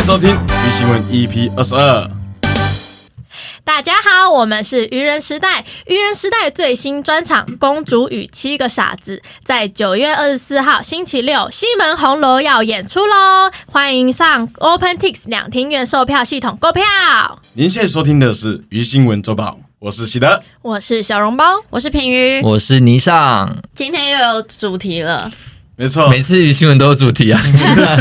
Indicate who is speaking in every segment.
Speaker 1: 收听《鱼新闻》EP 二十二。
Speaker 2: 大家好，我们是愚人时代。愚人时代最新专场《公主与七个傻子》在九月二十四号星期六西门红楼要演出喽，欢迎上 OpenTix 两厅院售票系统购票。
Speaker 1: 您现在收听的是《鱼新闻周报》，我是喜德。
Speaker 2: 我是小笼包，
Speaker 3: 我是平 鱼，
Speaker 4: 我是霓尚，
Speaker 3: 今天又有主题了。
Speaker 1: 没错，
Speaker 4: 每次与新闻都有主题啊。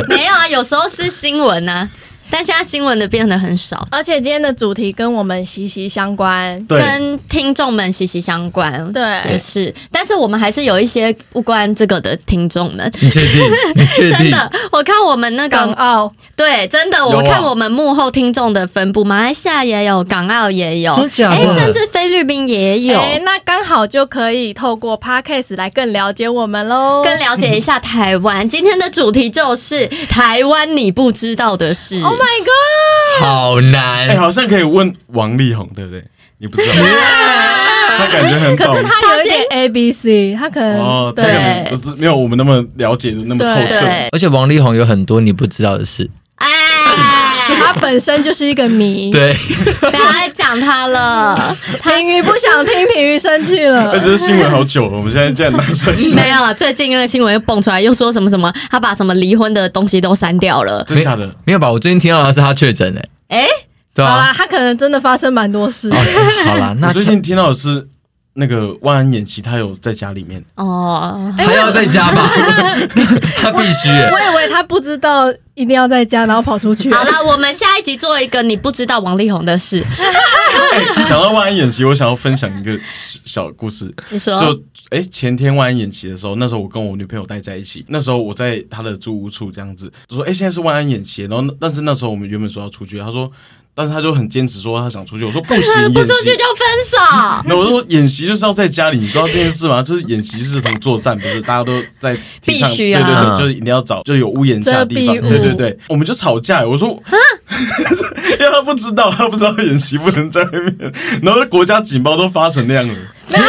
Speaker 3: 没有啊，有时候是新闻啊，但现在新闻的变得很少，
Speaker 2: 而且今天的主题跟我们息息相关。
Speaker 1: 对，
Speaker 3: 跟听众们息息相关。也
Speaker 2: 对，
Speaker 3: 是，但是我们还是有一些无关这个的听众们。
Speaker 4: 你确 定？你确
Speaker 3: 真
Speaker 4: 定？
Speaker 3: 的，我看我们那
Speaker 2: 港
Speaker 3: 个
Speaker 2: 澳
Speaker 3: 对，真的，
Speaker 1: 有
Speaker 3: 我
Speaker 1: 啊
Speaker 3: 看我们幕后听众的分布，马来西亚也有，港澳也有，
Speaker 4: 真的假的
Speaker 3: 诶甚至菲律宾也有。
Speaker 2: 诶哎那刚好就可以透过 Podcast 来更了解我们喽。
Speaker 3: 更了解一下台湾，今天的主题就是台湾你不知道的事。
Speaker 2: Oh my god！
Speaker 4: 好
Speaker 1: 哎，
Speaker 4: 难。
Speaker 1: 好像可以问王力宏，对不对？你不知道，他感觉很
Speaker 2: 啊可
Speaker 1: 懂
Speaker 2: 是。他有一点 A B C，他可能
Speaker 1: 哦，他可能
Speaker 3: 对
Speaker 1: 不是没有我们那么了解的那么透彻。
Speaker 3: 对，
Speaker 4: 而且王力宏有很多你不知道的事。
Speaker 3: 哎，
Speaker 2: 他本身就是一个谜。
Speaker 4: 对，
Speaker 3: 不要再讲他了。
Speaker 2: 平鱼不想听，平鱼生气了
Speaker 1: 那哎。这是新闻好久了，我们现在这样拿出来讲，
Speaker 3: 没有，最近那个新闻又蹦出来，又说什么什么，他把什么离婚的东西都删掉了。
Speaker 1: 真假的？
Speaker 4: 没有吧？我最近听到的是他确诊诶。欸
Speaker 3: 哎，
Speaker 4: 对
Speaker 2: 好
Speaker 4: 啊
Speaker 2: 啦，。他可能真的发生蛮多事。
Speaker 4: 哦好啦，
Speaker 1: 我
Speaker 4: 那
Speaker 1: 最近听到的是那个万安演习，他有在家里面，
Speaker 3: 哦，
Speaker 4: 还要在家 吧？他必须欸耶。
Speaker 2: 我以为他不知道一定要在家，然后跑出去。
Speaker 3: 好了，我们下一集做一个你不知道王力宏的事。
Speaker 1: 哎讲到万安演习，我想要分享一个小小故事。
Speaker 3: 你说
Speaker 1: 就哎、前天万安演习的时候，那时候我跟我女朋友待在一起，那时候我在她的租屋处这样子，就说哎、诶现在是万安演习，然后那但是那时候我们原本说要出去，她说，但是她就很坚持说她想出去， 我说不行，
Speaker 3: 不
Speaker 1: 演
Speaker 3: 出去
Speaker 1: 习
Speaker 3: 就分手。
Speaker 1: 那我说演习就是要在家里，你知道这件事吗？就是演习是同作战，不是大家都在提倡，
Speaker 3: 必须啊
Speaker 1: 对对对，就是一定要找就有屋檐下的地方，
Speaker 2: 遮蔽物
Speaker 1: 对对对，我们就吵架。我说，
Speaker 3: 啊
Speaker 1: 因为他不知道，他不知道演习不能在外面，然后国家警报都发成那样了，
Speaker 2: 他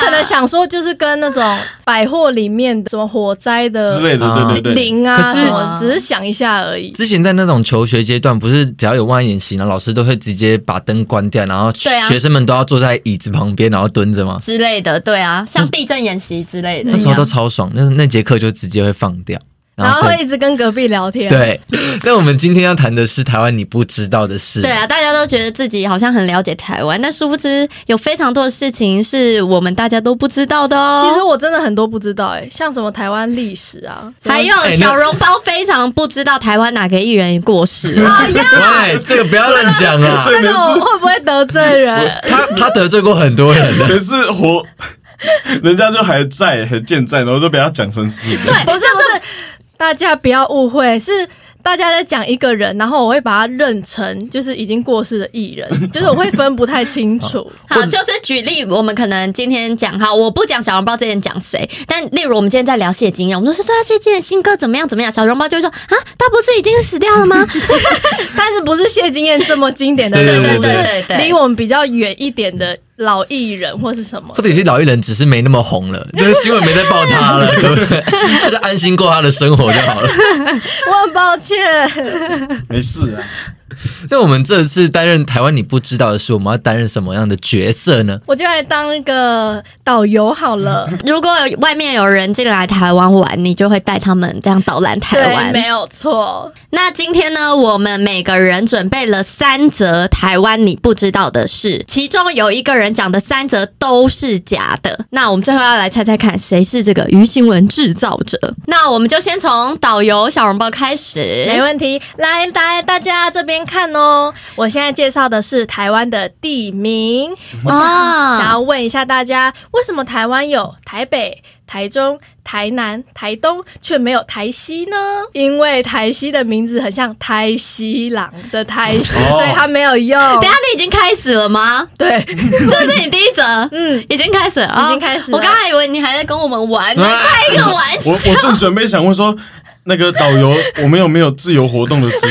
Speaker 2: 可能想说，就是跟那种百货里面的什么火灾
Speaker 3: 呃
Speaker 2: 的
Speaker 1: 之类的，对对对。
Speaker 2: 零啊
Speaker 4: 可是
Speaker 2: 什么，只是想一下而已。
Speaker 4: 之前在那种求学阶段，不是只要有万安演习，然后老师都会直接把灯关掉，然后
Speaker 3: 对啊
Speaker 4: 学生们都要坐在椅子旁边，然后蹲着嘛。
Speaker 3: 之类的，对啊，像地震演习之类的
Speaker 4: 那
Speaker 3: 一
Speaker 4: 时候都
Speaker 3: 样，
Speaker 4: 超爽，那那节课就直接会放掉，
Speaker 2: 然后
Speaker 4: 再
Speaker 2: 会一直跟隔壁聊天。，
Speaker 4: 对， 那我们今天要谈的是台湾你不知道的事。
Speaker 3: 对，啊，大家都觉得自己好像很了解台湾，但殊不知有非常多的事情是我们大家都不知道的哦。
Speaker 2: 其实我真的很多不知道哎，像什么台湾历史啊，什么
Speaker 3: 还有
Speaker 4: 哎
Speaker 3: 小笼包非常不知道台湾哪个艺人过 世，
Speaker 4: 喂，这个不要乱讲啊！
Speaker 2: 这个我会不会得罪人？
Speaker 4: 他他得罪过很多人 的，
Speaker 1: 可是活，人家就还在，很健在，然后就被他讲成死的。
Speaker 3: 对，
Speaker 2: 不是不是，大家不要误会，是大家在讲一个人，然后我会把他认成就是已经过世的艺人，就是我会分不太清楚。
Speaker 3: 好，就是举例，我们可能今天讲哈，我不讲小笼包之前讲谁，但例如我们今天在聊谢金燕，我们就说对啊，谢金燕新歌怎么样怎么样，小笼包就会说啊，他不是已经死掉了 吗？
Speaker 2: 但是不是谢金燕这么经典的
Speaker 4: 对
Speaker 2: 人物，
Speaker 4: 对对
Speaker 2: 就是
Speaker 3: 对对对
Speaker 2: 离我们比较远一点的老艺人或是什么
Speaker 4: 或。者有些老艺人只是没那么红了，就是新闻没在报他 了，对不对？他就安心过他的生活就好了。
Speaker 2: 我很抱歉，
Speaker 1: 没事啊，
Speaker 4: 那我们这次担任台湾你不知道的事，我们要担任什么样的角色呢？
Speaker 2: 我就来当一个导游好了。
Speaker 3: 如果有外面有人进来台湾玩，你就会带他们这样导览台
Speaker 2: 对，
Speaker 3: 湾。
Speaker 2: 没有错。
Speaker 3: 那今天呢，我们每个人准备了三则台湾你不知道的事，其中有一个人讲的三则都是假的。那我们最后要来猜猜看，谁是这个鱼新闻制造者？那我们就先从导游小笼包开
Speaker 2: 没
Speaker 3: 始。
Speaker 2: 问题，来来，大家这边看哦。我现在介绍的是台湾的地名，
Speaker 1: 嗯
Speaker 2: 我想、
Speaker 3: 啊
Speaker 2: 想要问一下大家，为什么台湾有台北、台中、台南、台东，却没有台西呢？因为台西的名字很像台西郎的台西，
Speaker 1: 哦
Speaker 2: 所以它没有用。
Speaker 3: 等一下你已经开始了吗？
Speaker 2: 对，
Speaker 3: 这是你第一则，
Speaker 2: 嗯，
Speaker 3: 已经开始 了，
Speaker 2: 已经开始了
Speaker 3: 我刚才以为你还在跟我们玩，
Speaker 4: 啊
Speaker 3: 开一个玩
Speaker 1: 我
Speaker 3: 笑。
Speaker 1: 我正准备想问说，那个导游，我们有没有自由活动的时间？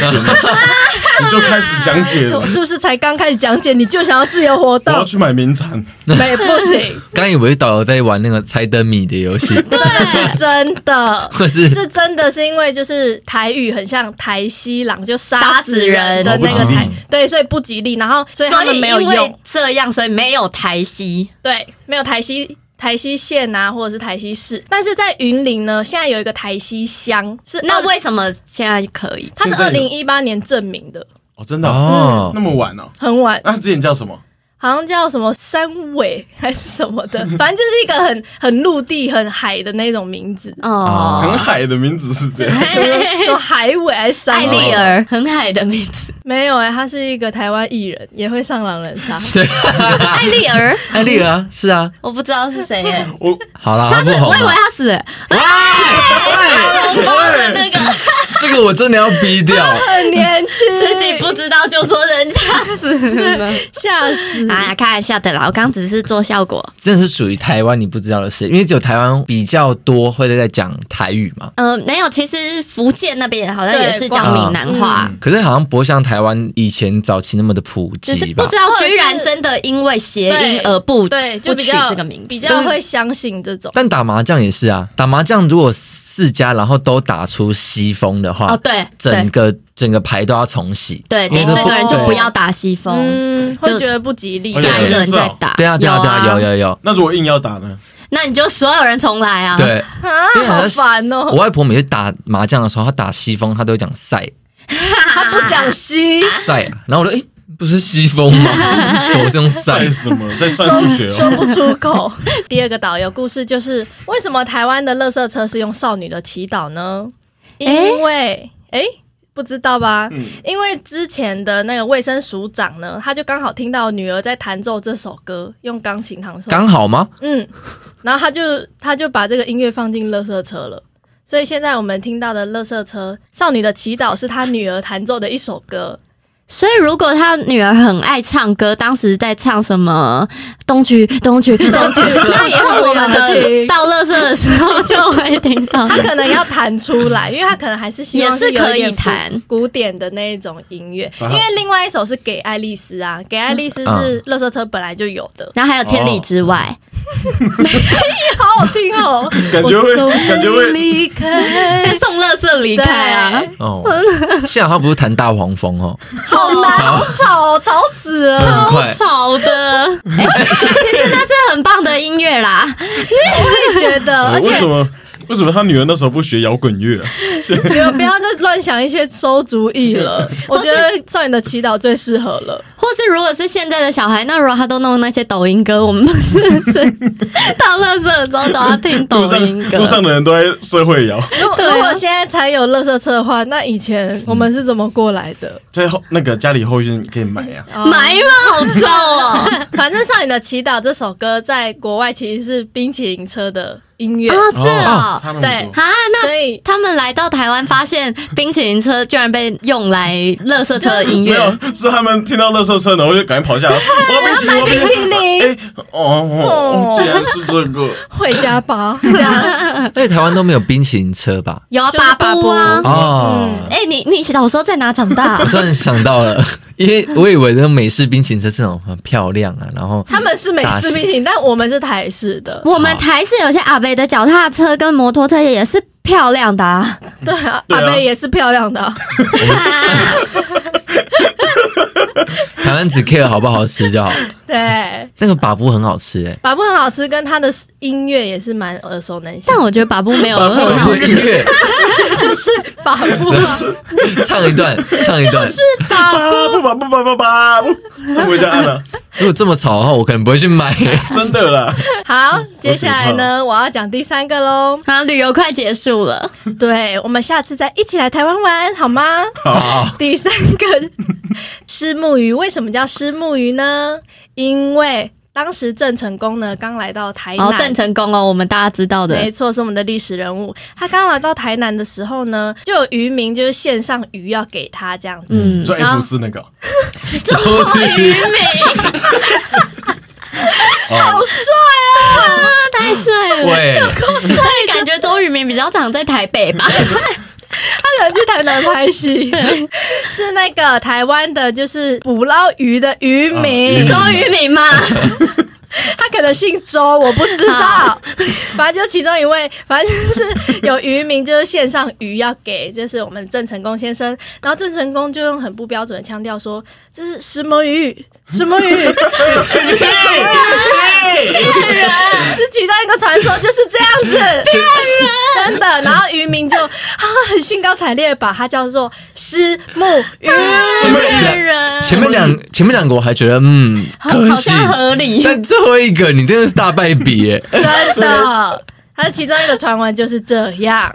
Speaker 1: 你就开始讲解了
Speaker 2: 我。是不是才刚开始讲解你就想要自由活
Speaker 1: 我
Speaker 2: 动
Speaker 1: 要？去买名产，
Speaker 2: 没不行，
Speaker 4: 刚以为导游在玩那个猜灯谜的游 戏，
Speaker 2: 对，是真的。
Speaker 4: 或是
Speaker 2: 是真的是因为就是台语很像台西郎，就
Speaker 3: 杀
Speaker 2: 杀
Speaker 3: 死
Speaker 2: 死
Speaker 3: 人
Speaker 2: 人的那
Speaker 1: 哦
Speaker 2: 个
Speaker 1: 不吉利
Speaker 2: 台，对，所以不吉利。然后 所以他们没有
Speaker 3: 因为
Speaker 2: 用，
Speaker 3: 这样，所以没有台西。
Speaker 2: 对，没有台西。台西县啊，或者是台西市，但是在云林呢，现在有一个台西乡，是
Speaker 3: 那
Speaker 2: 二
Speaker 3: 为什么现在可以？
Speaker 2: 它是
Speaker 1: 现在
Speaker 2: 二
Speaker 1: 有
Speaker 2: 零一八年证明的，
Speaker 1: 哦，真的哦、
Speaker 4: 哦
Speaker 3: 嗯
Speaker 1: 那，么晚哦、
Speaker 2: 很晚，
Speaker 1: 那之前叫什么？
Speaker 2: 好像叫什么山尾还是什么 的，反正就是一个很很陆地、很海的那种名 字，
Speaker 3: 哦，
Speaker 1: 很海的名字是这样。
Speaker 2: 什么什么海尾还是山
Speaker 3: 艾
Speaker 2: 尾？
Speaker 3: 丽儿，很海的名 字，
Speaker 2: 没有哎、他是一个台湾艺人，也会上狼人杀。
Speaker 4: 对， 啊
Speaker 3: 艾丽儿，
Speaker 4: 艾丽啊，是啊，
Speaker 3: 我不知道是谁 耶。
Speaker 1: 我
Speaker 4: 好啦，
Speaker 3: 他
Speaker 4: 不
Speaker 3: 是，
Speaker 4: 红啊哎
Speaker 3: 我以为
Speaker 4: 了。
Speaker 3: 他死了，哎
Speaker 4: 喂喂
Speaker 3: 红包的那个
Speaker 4: 哎这个我真的要逼掉，
Speaker 2: 很年 轻，
Speaker 3: 自己不知道就说人家 死了。
Speaker 2: 吓死。
Speaker 3: 啊，开玩笑的啦，我刚只是做效果。
Speaker 4: 真的是属于台湾你不知道的事，因为只有台湾比较多会在讲台语嘛。
Speaker 3: 呃，没有，其实福建那边好像也是讲
Speaker 4: 对
Speaker 3: 闽南话，
Speaker 4: 可是好像不像台湾以前早期那么的普
Speaker 3: 只是
Speaker 4: 及吧
Speaker 3: 不知。道
Speaker 2: 或者是
Speaker 3: 居然真的因为谐音而不
Speaker 2: 对，就
Speaker 3: 不
Speaker 2: 比
Speaker 3: 取
Speaker 2: 较
Speaker 3: 这个名字，
Speaker 2: 比较会相信这种。
Speaker 4: 但打麻将也是啊，打麻将如果四家然后都打出西风的话，
Speaker 3: 哦，对
Speaker 4: 整
Speaker 3: 对
Speaker 4: 个整个牌都要重洗。
Speaker 3: 对，
Speaker 4: 因
Speaker 3: 第
Speaker 4: 为
Speaker 3: 四
Speaker 4: 这
Speaker 3: 个人就
Speaker 2: 哦
Speaker 3: 不要打西风，
Speaker 2: 嗯，
Speaker 3: 就
Speaker 2: 会觉得不吉利。
Speaker 1: 哎
Speaker 3: 下一
Speaker 1: 呀
Speaker 3: 轮再打。
Speaker 4: 对啊对啊对啊，有
Speaker 3: 有，
Speaker 4: 有有。
Speaker 1: 那如果硬要打呢？
Speaker 3: 那你就所有人重来啊。
Speaker 4: 对，
Speaker 2: 啊，
Speaker 4: 因为好
Speaker 2: 好
Speaker 4: 像是
Speaker 2: 烦哦、
Speaker 4: 我外婆每次打麻将的时候，她打西风，她都会讲 赛
Speaker 2: 他不讲 西，
Speaker 4: 赛啊，然后我说，哎、不是西风 吗？怎么是用 赛
Speaker 1: 在？什么？在算
Speaker 2: 说
Speaker 1: 数学
Speaker 2: 说
Speaker 1: 哦、
Speaker 2: 不出口。 第二个导游故事就是为什么台湾的垃圾车是用少女的祈祷呢？因
Speaker 3: 诶
Speaker 2: 为哎、诶不知道吧？
Speaker 1: 嗯
Speaker 2: 因为之前的那个卫生署长呢，他就刚好听到女儿在弹奏这首歌，用钢琴弹奏，
Speaker 4: 刚好吗？
Speaker 2: 嗯，然后他就他就把这个音乐放进垃圾车了。所以现在我们听到的《垃圾车少女的祈祷》是他女儿弹奏的一首歌，
Speaker 3: 所以如果他女儿很爱唱歌，当时在唱什么东区东 区东区，那以后我们的到乐色的时候就会听 到。
Speaker 2: 他可能要弹出来，因为他可能还是希望
Speaker 3: 也是
Speaker 2: 有
Speaker 3: 可以
Speaker 2: 一点古
Speaker 3: 弹
Speaker 2: 古典的那一种音乐，
Speaker 1: 啊
Speaker 2: 因为另外一首是给爱丽丝啊，给爱丽丝是垃圾车本来就有 的，
Speaker 3: 然后还有千里之外，
Speaker 2: 好好听哦，
Speaker 1: 感觉会感觉会
Speaker 2: 离开，
Speaker 3: 送乐色离
Speaker 2: 对
Speaker 3: 开啊。
Speaker 4: 哦，幸好她不是弹大黄蜂哦，
Speaker 2: 好难，好吵，吵死了。
Speaker 4: 很
Speaker 3: 超
Speaker 4: 快。
Speaker 3: 吵的，哎、其实那是很棒的音乐啦，
Speaker 2: 我也觉得，
Speaker 1: 呃
Speaker 2: 而且
Speaker 1: 为什么为什么他女儿那时候不学摇滚乐啊、
Speaker 2: 你们不要再乱想一些馊主意了。我觉得少女的祈祷最适合了。
Speaker 3: 或是如果是现在的小孩，那如果他都弄那些抖音歌，我们是 不是到乐色的时候都要听抖
Speaker 1: 路上
Speaker 3: 音歌
Speaker 1: 路？上的人都在社会摇，
Speaker 2: 如
Speaker 3: 对啊
Speaker 2: 如果现在才有垃圾车的话，那以前我们是怎么过来的？
Speaker 1: 在后那个家里后院可以买呀、啊。
Speaker 3: 买吗？好臭 哦！
Speaker 2: 反正《少女的祈祷》这首歌在国外其实是冰淇淋车的音乐，
Speaker 3: 哦，是哦，
Speaker 1: 差那么多
Speaker 3: 啊，那
Speaker 2: 所以
Speaker 3: 他们来到台湾，发现冰淇淋车居然被用来乐色车的音
Speaker 1: 没
Speaker 3: 乐，
Speaker 1: 有，是他们听到垃圾车，然后就赶紧跑下来，我要冰淇淋，我要
Speaker 2: 冰淇 淋
Speaker 1: 哎、哦哦，竟然是这个，
Speaker 2: 会加吧，这样
Speaker 4: 而且哎台湾都没有冰淇淋车吧？
Speaker 3: 有啊，
Speaker 2: 就是
Speaker 3: 巴布啊
Speaker 2: 巴。
Speaker 4: 哦，
Speaker 3: 哎、你你小时候在哪长大
Speaker 4: 我？突然想到了， 因为我以为那美式冰淇淋车是那种很漂亮啊，然后
Speaker 2: 他们是美式冰淇淋，但我们是台式的。
Speaker 3: 我们台式有些阿北的脚踏车跟摩托车也是漂亮的、啊，
Speaker 2: 对啊，
Speaker 1: 对
Speaker 2: 阿
Speaker 1: 啊
Speaker 2: 妹也是漂亮的啊，
Speaker 4: 台湾只 care 好不好吃就好。
Speaker 2: 对。
Speaker 4: 那个把布很好吃哎、
Speaker 2: 法布很好吃，跟他的音乐也是蛮耳熟能详
Speaker 3: 但。我觉得巴布没有
Speaker 1: 巴布
Speaker 3: 很
Speaker 4: 把
Speaker 3: 好
Speaker 4: 布音乐
Speaker 2: 就是法布啊，
Speaker 4: 唱一段，唱一段。
Speaker 1: 叭不叭不叭不叭，会不会这样按了、
Speaker 4: 如果这么吵的话，我可能不会去买、欸
Speaker 1: 真的啦，
Speaker 2: 好，接下来呢，我要讲第三个喽。
Speaker 3: 啊，旅游快结束了，
Speaker 2: 对，我们下次再一起来台湾玩好吗？
Speaker 4: 好，
Speaker 2: 第三个虱目鱼为什么叫虱目鱼呢？因为当时郑成功呢刚来到台
Speaker 3: 然后
Speaker 2: 南，
Speaker 3: 郑成功哦，我们大家知道
Speaker 2: 哎没
Speaker 3: 的，
Speaker 2: 错，是我们的历史人物。他刚来到台南的时候呢，就有渔民就是献上鱼要给他这样子。
Speaker 3: 嗯，
Speaker 1: 说 F 四那个，
Speaker 4: 终于
Speaker 2: 好
Speaker 4: 哦，
Speaker 2: 帅
Speaker 3: 啊太帅了，
Speaker 4: 喂，
Speaker 3: 所以感觉周渝民比较常在台北吧，
Speaker 2: 想去台南拍 戏， 是那个台湾的，就是捕捞鱼的渔民
Speaker 1: 啊，
Speaker 3: 周渝民嘛，
Speaker 2: 他可能姓周，我不知道
Speaker 3: 好。
Speaker 2: 反正就其中一位，反正就是有渔民，就是献上鱼要给，就是我们郑成功先生。然后郑成功就用很不标准的腔调说：“这是什么鱼？什么鱼？”骗人！是其中一个传说就是这样子，骗人！真的，然后渔民就啊很兴高采烈地把它叫做虱目鱼，
Speaker 1: 什么
Speaker 3: 骗
Speaker 1: 人？
Speaker 3: 人，
Speaker 4: 前面两前面两个我还觉得嗯可
Speaker 3: 好
Speaker 4: 惜，
Speaker 3: 像合理。
Speaker 4: 但最后一个你真的是大败笔欸耶，
Speaker 2: 真的。它其中一个传闻就是这样，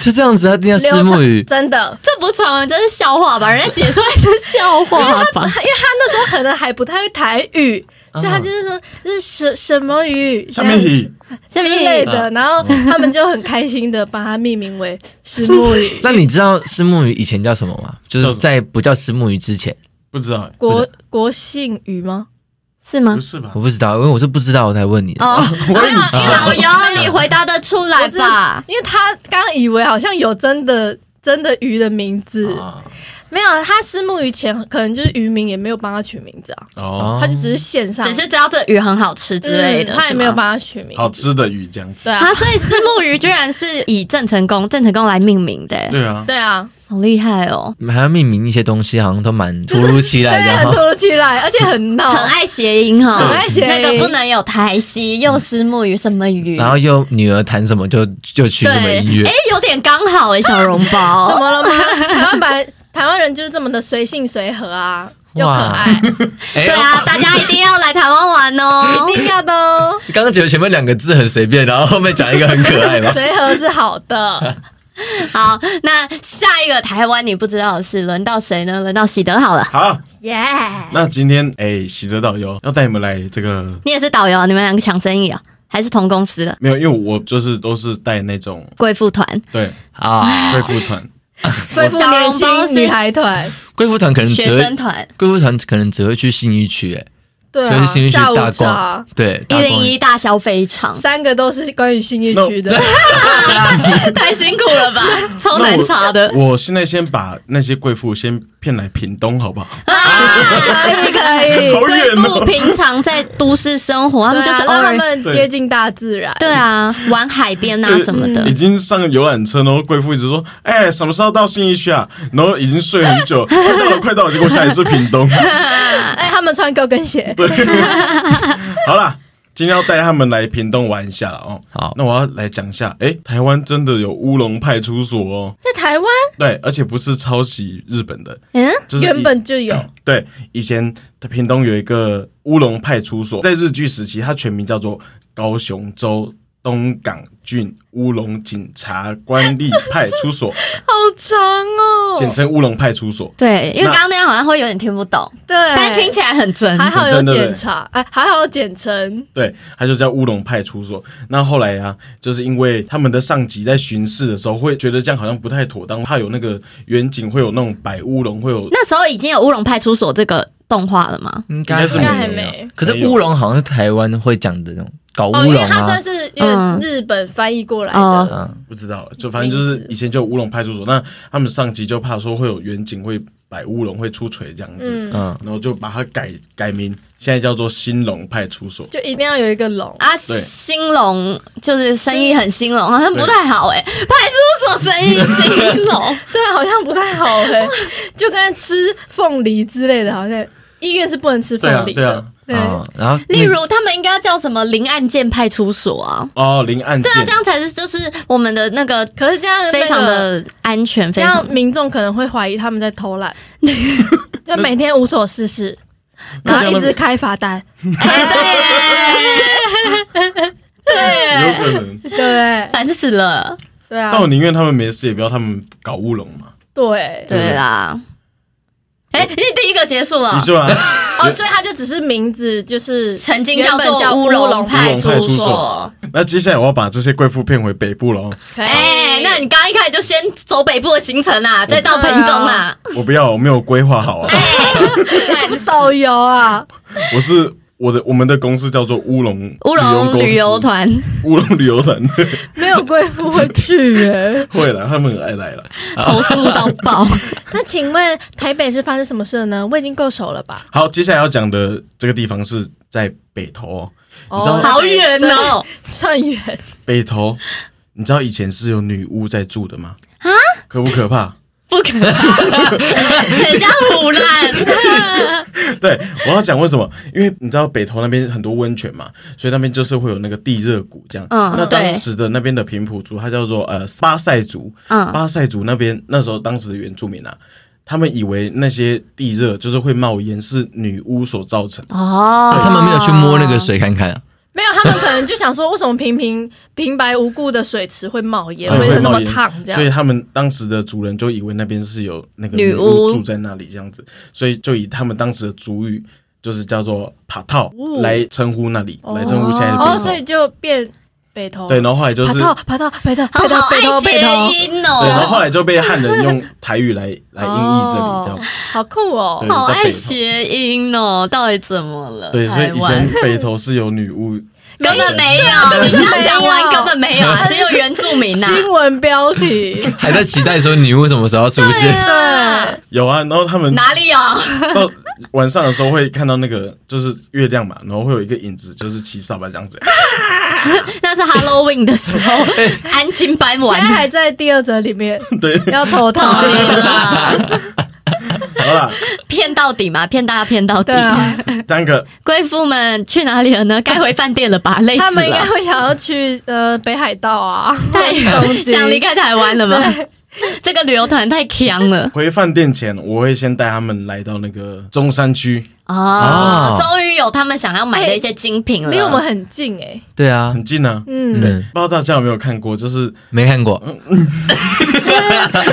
Speaker 4: 就这样子他定要
Speaker 2: 流
Speaker 4: 石木鱼
Speaker 2: 传，真的。
Speaker 3: 这不传闻，这是笑话 吧？人家写出来的笑话吧？
Speaker 2: 因为他那时候可能还不太会台语，
Speaker 4: 啊。
Speaker 2: 所以他就是说这是什什么鱼，
Speaker 1: 下面
Speaker 2: 这样
Speaker 1: 题
Speaker 3: 下
Speaker 2: 之类
Speaker 3: 面
Speaker 1: 啊
Speaker 2: 的，然后他们就很开心的把它命名为 石目鱼
Speaker 4: 那你知道石木鱼以前叫什么吗？就
Speaker 1: 叫
Speaker 4: 是
Speaker 1: 什么
Speaker 4: 在不叫石木鱼之前，
Speaker 1: 不知道，
Speaker 2: 国国姓鱼吗？
Speaker 3: 是吗
Speaker 1: 不？是吧
Speaker 4: 我？不知道，因为我是不知道我才问你的。
Speaker 3: 哦，
Speaker 1: 我以为你
Speaker 3: 老姚，你回答得出来
Speaker 2: 不是
Speaker 3: 吧？
Speaker 2: 因为他刚以为好像有真的真的鱼的名字，
Speaker 1: 啊
Speaker 2: 没有，他石目鱼前可能就是渔民也没有帮他取名字啊，
Speaker 1: 哦，
Speaker 2: 他就只是线上，
Speaker 3: 只是知道这鱼很好吃之类的，
Speaker 2: 嗯他也
Speaker 3: 是
Speaker 2: 没有
Speaker 3: 吗
Speaker 2: 帮他取名。
Speaker 1: 好吃的鱼这样子。
Speaker 2: 对啊，
Speaker 3: 啊，所以石目鱼居然是以郑成功、 郑成功来命名的，
Speaker 1: 对啊，
Speaker 2: 对啊，
Speaker 3: 好厉害哦！
Speaker 4: 还要命名一些东西，好像都蛮突如其 来
Speaker 2: 对，
Speaker 4: 的
Speaker 2: 很突
Speaker 4: 哈。
Speaker 2: 如其来，而且很 闹，
Speaker 3: 很爱谐音哈，
Speaker 2: 很爱谐音
Speaker 3: 哦那个不能有台西，又石目鱼什么鱼，
Speaker 4: 然后又女儿弹什么就就取
Speaker 3: 对，
Speaker 4: 什么音乐
Speaker 3: 哎，，有点刚好哎，小笼
Speaker 2: 怎
Speaker 3: 包，
Speaker 2: 么了吗？ 台湾版台湾人就是这么的随性随和啊，又可
Speaker 4: 哇
Speaker 2: 爱，
Speaker 4: 哎
Speaker 3: 对啊，大家一定要来台湾玩 哦
Speaker 2: 一。定要的哦。
Speaker 4: 刚刚觉得前面两个字很随便，然后后面讲一个很可爱 吧？
Speaker 2: 随和是好 的，
Speaker 3: 好，那下一个台湾你不知道的是轮到谁呢？轮到喜德好了，
Speaker 1: 好，
Speaker 2: 耶！
Speaker 1: 那今天哎，喜泽导游要带你们来这个，
Speaker 3: 你也是导游啊，你们两个抢生意啊，还是同公司的
Speaker 1: 没有，因为我就是都是带那种
Speaker 3: 贵妇团？
Speaker 1: 对
Speaker 4: 啊，
Speaker 1: 贵妇团，
Speaker 2: 贵妇
Speaker 3: 小
Speaker 2: 年
Speaker 3: 笼包
Speaker 2: 轻
Speaker 3: 是
Speaker 2: 女孩团，
Speaker 4: 贵妇团可能只
Speaker 3: 学生
Speaker 4: 会，
Speaker 3: 团
Speaker 4: 贵妇团可能只会去信义区，哎，
Speaker 2: 对
Speaker 4: 所以
Speaker 2: 啊，
Speaker 4: 新一区
Speaker 2: 下午
Speaker 4: 大
Speaker 2: 茶
Speaker 4: 逛，对，
Speaker 3: 一
Speaker 4: 大
Speaker 3: 零
Speaker 4: 逛
Speaker 3: 一大消费场，
Speaker 2: 三个都是关于信义区的，
Speaker 3: 太辛苦了吧，超难查的。
Speaker 1: 我现在先把那些贵妇先骗来屏东，好不好？
Speaker 2: 可以可以，
Speaker 1: 好
Speaker 3: 哎贵
Speaker 1: 远
Speaker 3: 妇
Speaker 1: 哦，
Speaker 3: 平常在都市生活，他们就是
Speaker 2: 对
Speaker 3: 偶
Speaker 2: 啊让他
Speaker 3: 尔
Speaker 2: 们接近大自然，
Speaker 3: 对啊，玩海边啊什么的
Speaker 1: 已。经上游览车，然后贵妇一直说：“哎、什么时候到信义区啊？”然后已经睡很久， 快到了，快到了，结果下一次屏 东。
Speaker 2: 哎，他们穿高跟 鞋，
Speaker 1: 对， 好啦，今天要带他们来屏东玩一下了哦。
Speaker 4: 好，
Speaker 1: 那我要来讲一下，哎、台湾真的有乌龙派出所哦，
Speaker 2: 在台湾
Speaker 1: 对，而且不是抄袭日本的，
Speaker 3: 嗯，
Speaker 1: 就是以
Speaker 2: 原本就有，
Speaker 1: 对以前屏东有一个乌龙派出所，在日据时期，它全名叫做高雄州东港郡乌龙警察官吏派出所，
Speaker 2: 好长哦，
Speaker 1: 简称乌龙派出所。
Speaker 3: 对，因为
Speaker 1: 那
Speaker 3: 刚刚那样好像会有点听不懂，
Speaker 2: 对，
Speaker 3: 但听起来很准。
Speaker 2: 还好有
Speaker 1: 很真的
Speaker 2: 检查，哎，还好有简称，
Speaker 1: 对，它就叫乌龙派出所。那后来啊，就是因为他们的上级在巡视的时候，会觉得这样好像不太妥当，怕有那个远景会有那种摆乌龙，会有
Speaker 3: 那时候已经有乌龙派出所这个动画了吗？
Speaker 4: 应
Speaker 1: 该是
Speaker 2: 应
Speaker 1: 没
Speaker 2: 该
Speaker 1: 有
Speaker 2: 还没。
Speaker 4: 可是乌龙好像是台湾会讲的那种搞乌
Speaker 2: 哦，因为
Speaker 4: 龙
Speaker 2: 它
Speaker 4: 啊
Speaker 2: 算，是有点日本翻译过来
Speaker 3: 哦
Speaker 2: 的，
Speaker 4: 嗯，
Speaker 1: 不知道，就反正就是以前就有乌龙派出所，那他们上级就怕说会有远景会摆乌龙，会出锤这样子，
Speaker 2: 嗯，
Speaker 4: 嗯，
Speaker 1: 然后就把它改改名，现在叫做兴隆派出所。
Speaker 2: 就一定要有一个龙。
Speaker 3: 啊，
Speaker 1: 对
Speaker 3: 兴隆就是生意很兴隆，好像不太好哎、派出所生意兴隆，
Speaker 2: 对，啊好像不太好 哎、就跟吃凤梨之类的，好像医院是不能吃
Speaker 1: 对啊
Speaker 2: 凤梨，
Speaker 1: 对
Speaker 2: 的
Speaker 1: 啊。，
Speaker 2: 对
Speaker 4: 嗯然后那
Speaker 3: 例如他们应该要叫什么林案件派出所啊？
Speaker 1: 哦，零案件
Speaker 3: 对，啊，这样才是就是我们的那个
Speaker 2: 可是这样、那个
Speaker 3: 非常，的安全，
Speaker 2: 这
Speaker 3: 非常
Speaker 2: 样民众可能会怀疑他们在偷懒， 就每天无所事事，
Speaker 1: 那
Speaker 2: 然
Speaker 1: 这
Speaker 2: 后
Speaker 1: 样
Speaker 2: 一直
Speaker 1: 的
Speaker 2: 开罚单。
Speaker 3: 哎对，
Speaker 1: 有可能，
Speaker 2: 对
Speaker 3: 烦死了，
Speaker 2: 对啊
Speaker 1: 但，我宁愿他们没事，也不要他们搞乌龙嘛。
Speaker 2: 对
Speaker 3: 对啦。哎，你第一个结束了
Speaker 1: 你，说啊，
Speaker 2: 哦，所以他就只是名字就是
Speaker 3: 曾经叫
Speaker 2: 原本
Speaker 3: 做
Speaker 2: 叫
Speaker 3: 乌
Speaker 2: 乌
Speaker 3: 龙
Speaker 2: 龙
Speaker 3: 派
Speaker 1: 派
Speaker 3: 出
Speaker 1: 出
Speaker 3: 所
Speaker 1: 所。 那接下来我要把这些贵妇骗回北部喽。
Speaker 3: 哎，那你刚刚一开始就先走北部的行程啦，再到屏东啦，
Speaker 1: 我不要，我没有规划好啊，
Speaker 3: 哎，
Speaker 2: 不是导游啊，
Speaker 1: 我是我的我们的公司叫做乌龙
Speaker 3: 乌龙旅游，团，
Speaker 1: 乌龙旅游团
Speaker 2: 没有贵妇会去耶、
Speaker 1: 会来，他们很爱来了。
Speaker 3: 投诉到爆，
Speaker 2: 那请问台北是发生什么事了呢？我已经够熟了吧？
Speaker 1: 好，接下来要讲的这个地方是在北投哦，你知道
Speaker 3: 好远哦！
Speaker 2: 算远，
Speaker 1: 北投，你知道以前是有女巫在住的吗？啊，可不可怕？
Speaker 3: 不可能，很像腐烂。
Speaker 1: 对，我要讲为什么？因为你知道北投那边很多温泉嘛，所以那边就是会有那个地热谷这样。
Speaker 3: 嗯
Speaker 1: 那
Speaker 3: 对
Speaker 1: 当时的那边的平埔族，它叫做呃巴塞族。
Speaker 3: 嗯
Speaker 1: 巴塞族那边那时候当时的原住民啊，他们以为那些地热就是会冒烟，是女巫所造成的。
Speaker 3: 哦，
Speaker 4: 他们没有去摸那个，水看看啊，
Speaker 2: 没有，他们可能就想说，为什么平平平白无故的水池会冒烟，
Speaker 1: 对
Speaker 2: 会
Speaker 1: 嗯会
Speaker 2: 那
Speaker 1: 冒
Speaker 2: 么
Speaker 1: 烟
Speaker 2: 烫这
Speaker 1: 所以
Speaker 2: 样？
Speaker 1: 他们当时的族人就以为那边是有那个
Speaker 3: 女
Speaker 1: 女
Speaker 3: 巫
Speaker 1: 巫住在那里这样子，所以就以他们当时的族语就是叫做帕套
Speaker 2: 哦
Speaker 1: 来称呼那里，来称呼现在的北投。
Speaker 2: 哦，所以就变北头。
Speaker 1: 对，然后后来就是
Speaker 2: 爬到爬到北头
Speaker 3: 好
Speaker 2: 北头北头
Speaker 3: 爱
Speaker 2: 北
Speaker 3: 谐
Speaker 2: 头，
Speaker 3: 音
Speaker 1: 对，然后
Speaker 3: 哦，
Speaker 1: 后来就被汉人用台语来来音译这
Speaker 2: 哦
Speaker 1: 里，这样。
Speaker 2: 好酷哦！
Speaker 1: 对
Speaker 3: 好
Speaker 1: 叫北
Speaker 3: 爱
Speaker 1: 投
Speaker 3: 谐音哦，到底怎么了？
Speaker 1: 对，所
Speaker 3: 台
Speaker 1: 以以
Speaker 3: 湾
Speaker 1: 前北投是有女巫，
Speaker 3: 根本没有，你这样讲完根本没有啊，只有原住民呐。
Speaker 2: 新闻标 题，
Speaker 4: 还在期待说女巫什么时候出现。
Speaker 2: 对，
Speaker 1: 有啊，然后他们
Speaker 3: 哪里有？
Speaker 1: 到晚上的时候会看到那个就是月亮嘛，然后会有一个影子，就是骑扫把这样子。
Speaker 3: 那是 Halloween 的时候，安亲班
Speaker 2: 现在
Speaker 3: 玩
Speaker 2: 还在第二则里面，
Speaker 1: 对，
Speaker 2: 要投
Speaker 3: 好
Speaker 2: 他。
Speaker 3: 啦
Speaker 1: 好啦，
Speaker 3: 骗到底嘛，骗大家骗到底
Speaker 2: 对。啊，
Speaker 1: 三个
Speaker 3: 贵妇们去哪里了呢？该回饭店了吧？累死
Speaker 2: 他们应该
Speaker 3: 了，
Speaker 2: 会想要去呃北海道啊，
Speaker 3: 太
Speaker 2: 东京
Speaker 3: 想离开台湾了吗？这个旅游团太强了
Speaker 1: 回饭店前，我会先带他们来到那个中山区，
Speaker 3: 哦
Speaker 1: 啊
Speaker 4: 哦！
Speaker 3: 终于有他们想要买的一些精品了，
Speaker 2: 离我们很近哎。
Speaker 4: 对啊，
Speaker 1: 很近啊。
Speaker 2: 嗯，
Speaker 4: 嗯，
Speaker 1: 不知道大家有没有看过，就是
Speaker 4: 没看过，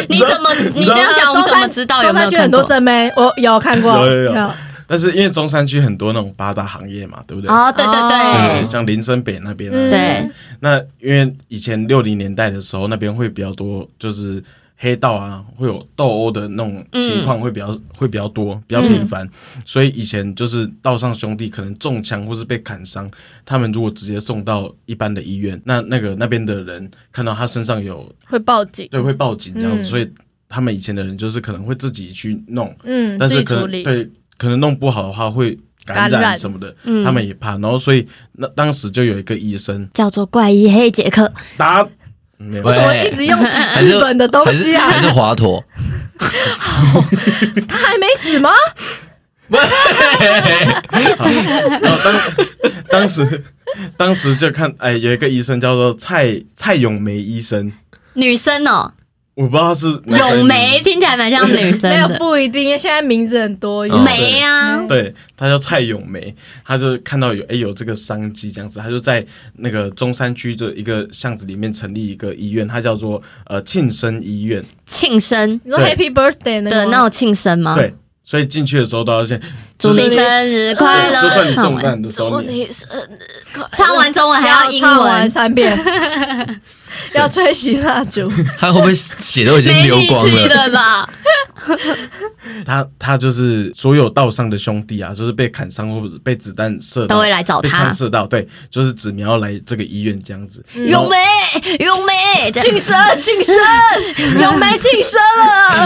Speaker 3: 你怎么你这样讲，我们怎么知道有没
Speaker 2: 中山
Speaker 3: 有
Speaker 2: 区很
Speaker 3: 看
Speaker 2: 多
Speaker 3: 过？
Speaker 2: 正妹，我有看过，
Speaker 1: 有有有但是因为中山区很多那种八大行业嘛，对不对？
Speaker 3: 哦，对对
Speaker 1: 对，
Speaker 3: 对
Speaker 1: 像林森北那边啊，
Speaker 2: 嗯
Speaker 3: 对，
Speaker 1: 那因为以前六零年代的时候，那边会比较多，就是黑道啊，会有斗殴的那种
Speaker 2: 嗯
Speaker 1: 情况会比较、会比较多，比较频繁。所以以前就是道上兄弟可能中枪或是被砍伤，他们如果直接送到一般的医院，那那个那边的人看到他身上有
Speaker 2: 会报警，
Speaker 1: 对会报警这样子，
Speaker 2: 嗯
Speaker 1: 所以他们以前的人就是可能会自己去弄，
Speaker 2: 嗯，
Speaker 1: 但
Speaker 2: 自
Speaker 1: 是
Speaker 2: 己
Speaker 1: 可
Speaker 2: 处
Speaker 1: 能
Speaker 2: 理，
Speaker 1: 对可能弄不好的话会。感
Speaker 2: 感
Speaker 1: 染
Speaker 2: 染
Speaker 1: 什么的，
Speaker 3: 嗯
Speaker 1: 他们也怕，然后所以那当时就有一个医生
Speaker 3: 叫做怪医黑杰克，
Speaker 1: 打，没有
Speaker 4: 喂
Speaker 2: 为什么一直用
Speaker 3: 哎
Speaker 4: 还是
Speaker 2: 日本的东西啊
Speaker 4: 还？是还是华佗？
Speaker 2: 他还没死吗？
Speaker 1: 然后哦当 当时当时就看，哎，有一个医生叫做蔡蔡咏梅医生，
Speaker 3: 女生哦，
Speaker 1: 我不知道他是男生哦
Speaker 3: 咏梅，听起来蛮像女生
Speaker 2: 没有，
Speaker 3: 的，
Speaker 2: 不一定，因为现在名字很多元
Speaker 1: 嗯。
Speaker 3: 梅啊，
Speaker 1: 对，他叫蔡咏梅，他就看到有哎有这个商机这样子，他就在那个中山区的一个巷子里面成立一个医院，它叫做呃庆生医院，
Speaker 3: 庆生
Speaker 2: 你说
Speaker 1: 对
Speaker 2: Happy Birthday 那
Speaker 3: 的
Speaker 2: 个吗
Speaker 3: 那种庆生
Speaker 2: 啊
Speaker 3: 吗？
Speaker 1: 对，所以进去的时候都要先
Speaker 3: 祝你
Speaker 1: 就是
Speaker 3: 生日快乐！
Speaker 1: 就算你
Speaker 3: 唱
Speaker 1: 中
Speaker 3: 完，
Speaker 1: 弹的时候，你
Speaker 2: 生日快乐
Speaker 3: 唱完中文还要英
Speaker 2: 呃唱完
Speaker 3: 文，
Speaker 2: 三 遍，要吹熄蜡烛，
Speaker 4: 他会不会血都已经
Speaker 3: 没
Speaker 4: 流
Speaker 3: 力
Speaker 4: 光
Speaker 3: 气
Speaker 4: 了？
Speaker 3: 了吧？
Speaker 1: 他他就是所有道上的兄弟啊，就是被砍伤或者是被子弹射到
Speaker 3: 都会来找
Speaker 1: 被
Speaker 3: 他
Speaker 1: 枪射到，对，就是指苗来这个医院这样子。
Speaker 2: 嗯
Speaker 3: 咏梅，咏梅，这样
Speaker 2: 庆生庆 生，咏梅庆生了，
Speaker 3: 哎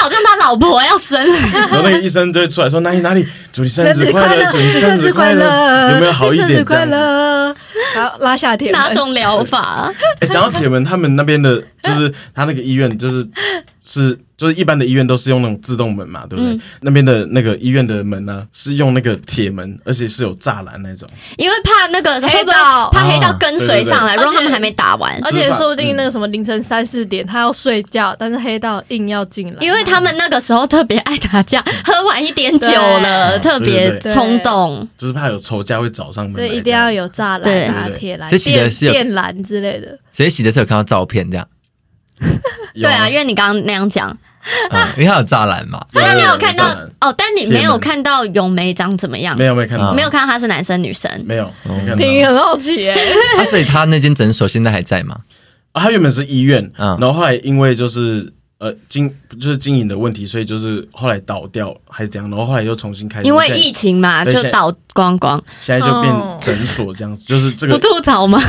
Speaker 3: 好像啊他老婆要生了，
Speaker 1: 然后那个医生就会出来说哪里哪里，祝你生日快乐，祝你生
Speaker 2: 生
Speaker 1: 日
Speaker 2: 日
Speaker 1: 快
Speaker 2: 快
Speaker 1: 乐，
Speaker 2: 乐，
Speaker 1: 有没有好一
Speaker 2: 生日
Speaker 1: 点这
Speaker 2: 快
Speaker 1: 样子？
Speaker 2: 乐，然后拉下铁门
Speaker 3: 哪种疗法？
Speaker 1: 哎，讲到铁门，他们那边的就是他那个医院就是是就是一般的医院都是用那种自动门嘛，对不
Speaker 3: 嗯
Speaker 1: 对？那边的那个医院的门呢是用那个铁门，而且是有栅栏那种。
Speaker 3: 因为怕那个
Speaker 2: 黑
Speaker 3: 会不会
Speaker 2: 道
Speaker 3: 怕黑道跟随上来，
Speaker 2: 对对对哦
Speaker 3: 让他们还没打完。
Speaker 2: 而且说不定那个什么凌晨三四点，他要睡觉，但是黑道硬要进来，
Speaker 3: 因为他们那个时候特别爱打架，喝完一点酒了，
Speaker 1: 对
Speaker 3: 特别
Speaker 1: 对对
Speaker 2: 对
Speaker 3: 冲动。
Speaker 1: 就是怕有仇家会找上门
Speaker 2: 所
Speaker 1: 来这样，
Speaker 2: 以一定要有栅
Speaker 3: 对
Speaker 2: 栏啊、铁栏、
Speaker 4: 所以其
Speaker 2: 电
Speaker 4: 实是有
Speaker 2: 电缆之类的。
Speaker 4: 谁洗的时候有看到照片这样？
Speaker 1: 有
Speaker 3: 对啊，因为你刚刚那样讲，
Speaker 4: 啊因为它有栅栏嘛。
Speaker 1: 有有
Speaker 3: 那你有
Speaker 1: 有
Speaker 3: 看
Speaker 1: 栅
Speaker 3: 到
Speaker 1: 栏
Speaker 3: 哦？但你没
Speaker 1: 铁
Speaker 3: 有
Speaker 1: 门
Speaker 3: 看到咏梅长怎么样
Speaker 1: 没？有没有看到
Speaker 4: 啊
Speaker 3: 没有看到他是男生女生，
Speaker 1: 没有没看到
Speaker 2: 平云很好奇耶、
Speaker 4: 啊，所以他那间诊所现在还在吗？
Speaker 1: 啊，他原本是医院，
Speaker 4: 嗯
Speaker 1: 然后后来因为就是呃经就是经营的问题，所以就是后来倒掉还是怎样，然后后来又重新开始，
Speaker 3: 因为
Speaker 1: 现在
Speaker 3: 疫情嘛，
Speaker 1: 对
Speaker 3: 就
Speaker 1: 现在
Speaker 3: 倒光光，
Speaker 1: 现在就
Speaker 2: 哦
Speaker 1: 变诊所这样子，就是这
Speaker 3: 不
Speaker 1: 个
Speaker 3: 吐槽吗？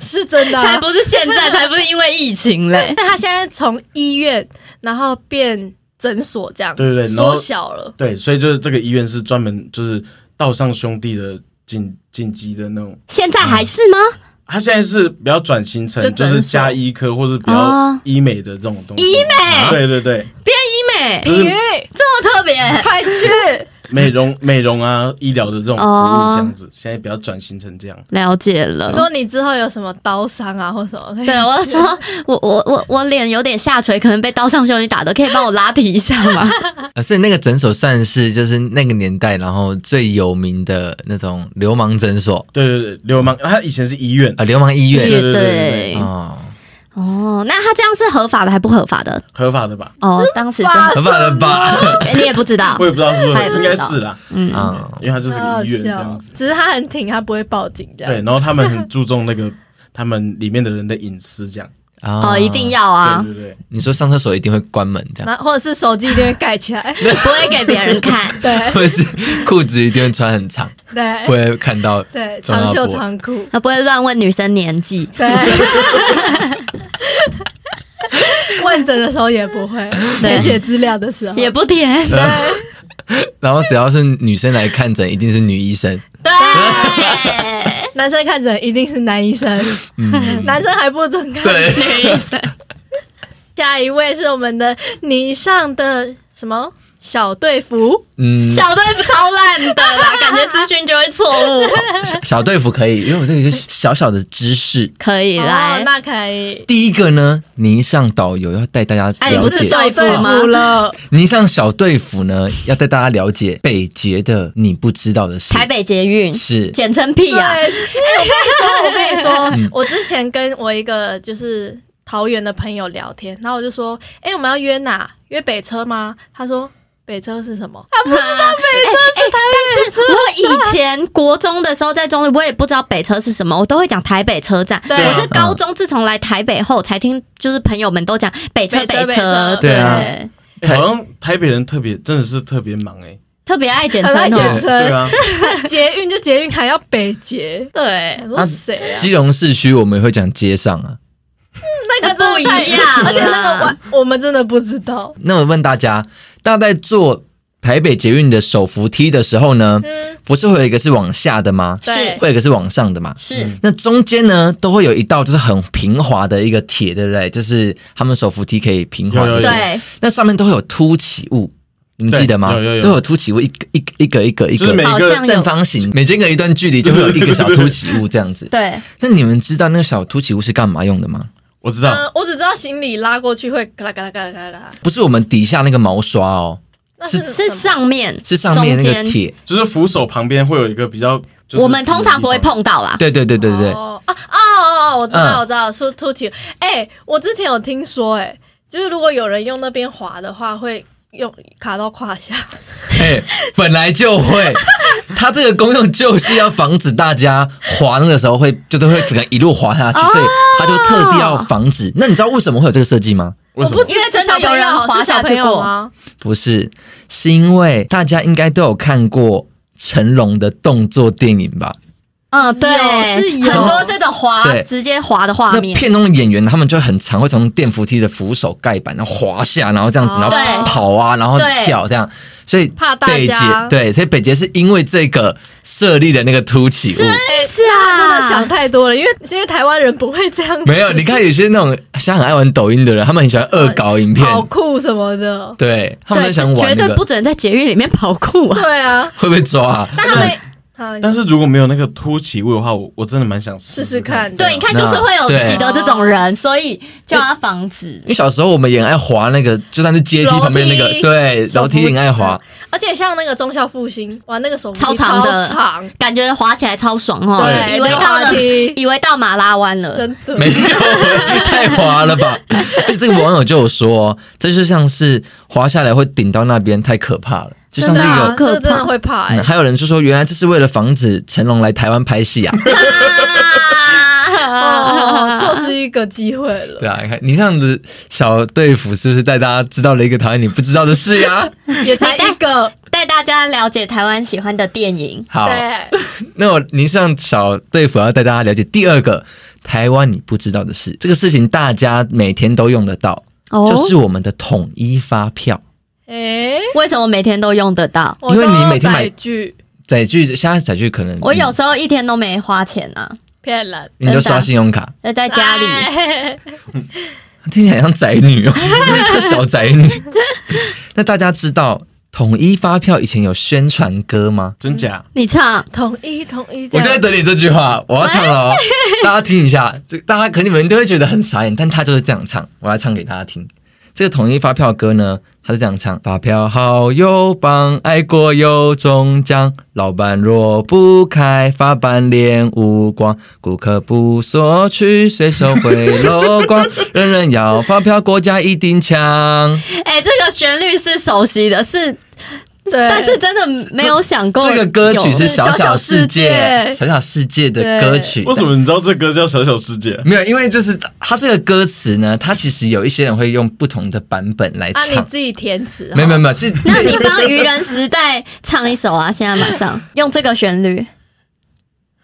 Speaker 2: 是真的啊、
Speaker 3: 才不是现在，才不是因为疫情 嘞。
Speaker 2: 但他现在从医院，然后变诊所这样，
Speaker 1: 对对对然后
Speaker 2: 缩小了。
Speaker 1: 对，所以就是这个医院是专门就是道上兄弟的紧紧急的那种。
Speaker 3: 现在还是吗？
Speaker 1: 他现在是比较转型成
Speaker 2: 就
Speaker 1: 就
Speaker 2: 诊所
Speaker 1: 是加医科或是比
Speaker 3: 哦
Speaker 1: 较医美的这种东西。医
Speaker 3: 美哎
Speaker 1: 对对对，
Speaker 3: 医美
Speaker 1: 就是
Speaker 3: 这么特别，
Speaker 2: 快去！
Speaker 1: 美容美容啊，医疗的这种服
Speaker 3: 哦
Speaker 1: 务这样子，现在比较转型成这样。
Speaker 3: 了解
Speaker 2: 如
Speaker 3: 了。
Speaker 2: 果你之后有什么刀伤啊或什么，可以
Speaker 3: 对，我就说，我我我我脸有点下垂，可能被刀上兄弟打的，可以帮我拉提一下吗？
Speaker 4: 呃，所以那个诊所算是就是那个年代，然后最有名的那种流氓诊所
Speaker 1: 对对对，流氓，他以前是医院
Speaker 4: 啊、，呃流氓 医
Speaker 1: 对
Speaker 4: 院
Speaker 1: 对对啊
Speaker 3: 对
Speaker 4: 哦，
Speaker 3: 哦，那他这样是合法的还不合法的？
Speaker 1: 合法的吧？
Speaker 3: 哦，当时是
Speaker 2: 哇
Speaker 4: 合法了吧？
Speaker 3: 你也不知道
Speaker 1: 我，也不知道是不
Speaker 3: 啊他也
Speaker 1: 是，
Speaker 3: 不
Speaker 1: 应
Speaker 3: 知道
Speaker 1: 该是啦，
Speaker 3: 嗯，
Speaker 4: 啊、
Speaker 1: 因为他就是
Speaker 2: 好
Speaker 1: 个
Speaker 2: 好
Speaker 1: 医院这
Speaker 2: 笑
Speaker 1: 样
Speaker 2: 哦
Speaker 1: 子。
Speaker 2: 只是他很挺，他不会报警这样。
Speaker 1: 对，然后他们很注重那个他们里面的人的隐私这样。
Speaker 4: 啊
Speaker 3: 哦，一定要啊，
Speaker 1: 对对对，
Speaker 4: 你说上厕所一定会关门这样，
Speaker 2: 然后或者是手机一定会盖起来。对
Speaker 3: 不会给别人看。
Speaker 4: 或者是裤子一定会穿很长，不
Speaker 3: 哎
Speaker 2: 对
Speaker 4: 会看到
Speaker 2: 对，
Speaker 4: 中药
Speaker 2: 长袖
Speaker 4: 布
Speaker 2: 长裤。
Speaker 3: 他不会乱问女生年纪，
Speaker 2: 对。 问诊的时候也不会，填写资料的时候
Speaker 3: 也不甜。
Speaker 4: 然后只要是女生来看诊，一定是女医生。
Speaker 3: 对，
Speaker 2: 男生看诊一定是男医生，男生还不准看。
Speaker 4: 对，
Speaker 2: 下一位是我们的霓裳的什么小队服？
Speaker 4: 嗯，
Speaker 3: 小队服超烂的 啦，感觉资讯就会错误。
Speaker 4: 小小队服可以，因为我这里是小小的知识。
Speaker 3: 可以
Speaker 2: 哦
Speaker 3: 来，
Speaker 2: 那可以。
Speaker 4: 第一个呢，泥上导游要带大家
Speaker 3: 哎你
Speaker 4: 了
Speaker 3: 不是
Speaker 4: 解，
Speaker 3: 小
Speaker 2: 小
Speaker 3: 队服
Speaker 2: 队
Speaker 3: 吗
Speaker 2: 服了，
Speaker 4: 泥上小队服呢要带大家了解北捷的你不知道的事。
Speaker 3: 台北捷运
Speaker 4: 是
Speaker 3: 简称屁呀、
Speaker 2: 对，哎、我跟你说， 我跟你说，我之前跟我一个就是桃园的朋友聊天，然后我就说，哎、我们要约哪？约北车吗？他说北车是什么？
Speaker 3: 不知道北车是台北车、但是我以前国中的时候在中立，我也不知道北车是什么，我都会讲台北车站。
Speaker 2: 对
Speaker 3: 我是高中自从来台北后才听，就是朋友们都讲北车
Speaker 2: 北车
Speaker 3: 北
Speaker 2: 北车
Speaker 3: 对。
Speaker 4: 对啊
Speaker 1: 欸好像台北人特别真的是特别忙 哎。
Speaker 3: 特别爱简
Speaker 2: 很爱
Speaker 3: 称
Speaker 2: 简
Speaker 3: 哦，
Speaker 2: 称，
Speaker 1: 对啊，
Speaker 2: 捷运就捷运，还要北捷。
Speaker 3: 对
Speaker 2: 我说谁啊？
Speaker 4: 基隆市区我们也会讲街上啊。
Speaker 2: 那个真的
Speaker 3: 不一样 啊
Speaker 2: 而且那个我我们真的不知道。
Speaker 4: 那我问大家，大家在坐台北捷运的手扶梯的时候呢，
Speaker 2: 嗯，
Speaker 4: 不是会有一个是往下的吗？
Speaker 2: 对
Speaker 3: 是
Speaker 4: 会有一个是往上的嘛？
Speaker 3: 是，
Speaker 4: 那中间呢，都会有一道就是很平滑的一个铁，对不对？就是他们手扶梯可以平滑
Speaker 1: 有
Speaker 4: 的
Speaker 1: 有有
Speaker 3: 对，
Speaker 4: 那上面都会有凸起物，你们记得吗？
Speaker 1: 对有有有
Speaker 4: 都有凸起物，一个一个一个一个一
Speaker 1: 就是每
Speaker 4: 个
Speaker 3: 好
Speaker 1: 个
Speaker 3: 像有
Speaker 4: 正方形，每间隔一段距离就会有一个小凸起物这样 子。
Speaker 3: 对，
Speaker 4: 那你们知道那个小凸起物是干嘛用的吗？
Speaker 1: 我
Speaker 4: 嗯
Speaker 1: 知道，
Speaker 2: 呃，我只知道行李拉过去会嘎啦嘎啦嘎啦嘎啦嘎啦，
Speaker 4: 不是我们底下那个毛刷哦，
Speaker 2: 那什
Speaker 3: 是
Speaker 2: 么
Speaker 3: 上面，
Speaker 4: 是上面那
Speaker 3: 中
Speaker 4: 个
Speaker 3: 间
Speaker 4: 铁。
Speaker 1: 就是扶手旁边会有一个比较，就是
Speaker 3: 我们通常不会碰到啦。
Speaker 4: 对对对对对，
Speaker 2: 哦啊哦哦，哦我知道，
Speaker 4: 嗯
Speaker 2: 我知道，说凸起。哎、我之前有听说、哎，就是如果有人用那边滑的话，会用卡到胯下。
Speaker 4: 哎、本来就会。它这个功用就是要防止大家滑那个时候会，就是会整个一路滑下去，所以它就特地要防止。那你知道为什么会有这个设计吗？
Speaker 1: 为什
Speaker 2: 我
Speaker 1: 么
Speaker 2: 不？
Speaker 3: 因为真的有人滑
Speaker 2: 是小
Speaker 3: 下去过
Speaker 2: 朋友吗？
Speaker 4: 不是，是因为大家应该都有看过成龙的动作电影吧？
Speaker 3: 嗯，
Speaker 2: 有
Speaker 3: 对，
Speaker 2: 是有
Speaker 3: 很多这种滑
Speaker 4: 对
Speaker 3: 直接滑的画
Speaker 4: 那
Speaker 3: 面，
Speaker 4: 片中的演员他们就很常会从电扶梯的扶手盖板，然后滑下，然后这样子，
Speaker 2: 哦
Speaker 4: 然后跑啊，然后
Speaker 3: 对
Speaker 4: 跳这样。所以
Speaker 2: 怕大
Speaker 4: 北捷
Speaker 2: 家
Speaker 4: 对，所以北捷是因为这个设立的那个凸起物。
Speaker 2: 哎、
Speaker 3: 是
Speaker 2: 真
Speaker 3: 啊
Speaker 2: 的想太多了，因为因为台湾人不会这 样，
Speaker 4: 没有，你看有些那种像很爱玩抖音的人，他们很喜欢恶搞影片，
Speaker 2: 跑酷什么的。
Speaker 4: 哦对他们
Speaker 3: 对，
Speaker 4: 很喜欢
Speaker 3: 绝
Speaker 4: 玩那
Speaker 3: 对
Speaker 4: 个
Speaker 3: 不，准在捷运里面跑酷啊！
Speaker 2: 对啊，
Speaker 4: 会被抓、啊。
Speaker 2: 但他们好你
Speaker 1: 但是如果没有那个凸起物的话，我我真的蛮想试
Speaker 2: 试试看
Speaker 4: 啊
Speaker 1: 看。
Speaker 3: 对，你看就是会有
Speaker 4: 对
Speaker 3: 几个这种人，所以就要防止
Speaker 4: 因。为小时候我们也很爱滑那个，就算是阶梯旁边那
Speaker 2: 楼
Speaker 4: 个，
Speaker 2: 梯
Speaker 4: 对，
Speaker 2: 手扶
Speaker 4: 楼梯也很爱 滑。
Speaker 2: 而且像那个中校复兴，玩那个手扶梯
Speaker 3: 超长的
Speaker 2: 超长，
Speaker 3: 感觉滑起来超爽哦，
Speaker 2: 对
Speaker 3: 以为到了
Speaker 2: 滑梯
Speaker 3: 以为到马拉湾了，
Speaker 2: 真的
Speaker 4: 没有，太滑了 吧？而且这个网友就有说，这就像是滑下来会顶到那边，太可怕了，就像
Speaker 2: 真
Speaker 4: 是
Speaker 2: 的
Speaker 4: 一
Speaker 2: 啊
Speaker 4: 个。
Speaker 3: 个
Speaker 2: 这个真的会怕、哎
Speaker 4: 嗯、还有人就说，原来这是为了防止成龙来台湾拍戏啊！
Speaker 3: 啊
Speaker 2: 哦，错失一一个机会 了。
Speaker 4: 对啊，你看你这样子小队服是不是带大家知道了一个台湾你不知道的事 呀？
Speaker 2: 也才一个，
Speaker 3: 带大家了解台湾喜欢的电影。
Speaker 4: 好，
Speaker 2: 对，
Speaker 4: 那我您上小队服要带大家了解第二个台湾你不知道的事，这个事情大家每天都用得到，
Speaker 3: 哦
Speaker 4: 就是我们的统一发票。
Speaker 2: 哎，
Speaker 3: 为什么每天都用得到？
Speaker 2: 我
Speaker 4: 因为你
Speaker 2: 都
Speaker 4: 每天买
Speaker 2: 载具
Speaker 4: 载具现在载具可能
Speaker 3: 我有时候一天都没花钱啊，
Speaker 2: 骗人，
Speaker 4: 你就刷信用卡，
Speaker 3: 那在家里。
Speaker 2: 哎
Speaker 4: 听起来像宅女哦， 小宅女。那大家知道统一发票以前有宣传歌吗？
Speaker 1: 真假？
Speaker 3: 你唱
Speaker 2: 统一统一这
Speaker 4: 我就
Speaker 2: 样，
Speaker 4: 在等你这句话，我要唱了哦， 大家听一下。这大家可能你们都会觉得很傻眼，但他就是这样唱，我来唱给大家听。这个统一发票歌呢，他是这样唱：发票好友帮，爱国有中奖。老板若不开，发板脸无光。顾客不索取，随手会漏光。 人人要发票，国家一定强。
Speaker 3: 哎、这个旋律是熟悉的，是，
Speaker 2: 对，
Speaker 3: 但是真的没有想过
Speaker 4: 这个歌曲是《
Speaker 3: 有
Speaker 4: 小小世界》
Speaker 2: 是
Speaker 4: 小小世界的歌曲。
Speaker 1: 为什么你知道这歌叫《小小世界》？
Speaker 4: 没有，因为就是它这个歌词呢，它其实有一些人会用不同的版本来
Speaker 2: 啊，
Speaker 4: 唱。
Speaker 2: 你自己哦填词，
Speaker 4: 没有没有没有，是
Speaker 3: 那你帮愚人时代唱一首啊！现在马上用这个旋律，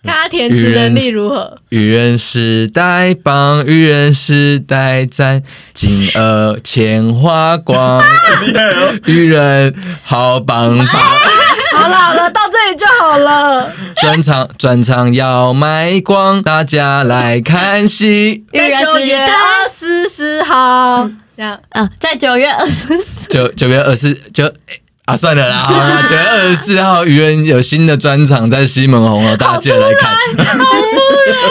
Speaker 2: 看他填词能力如何。
Speaker 4: 愚人时代帮愚人时代赞，金额钱花 光，
Speaker 2: 啊哦
Speaker 4: 愚人好棒棒，
Speaker 2: 好了好了，到这里就好了。
Speaker 4: 专场专场要卖光，大家来 看戏。
Speaker 3: 愚人
Speaker 2: 在九
Speaker 3: 时
Speaker 2: 月
Speaker 3: 代。
Speaker 2: 二十四号，这样
Speaker 3: 嗯，在九月二十四，
Speaker 4: 九九月二十九。啊，算了啦，好啦，九月二十四号，愚人有新的专场在西门红楼，大家记得来看。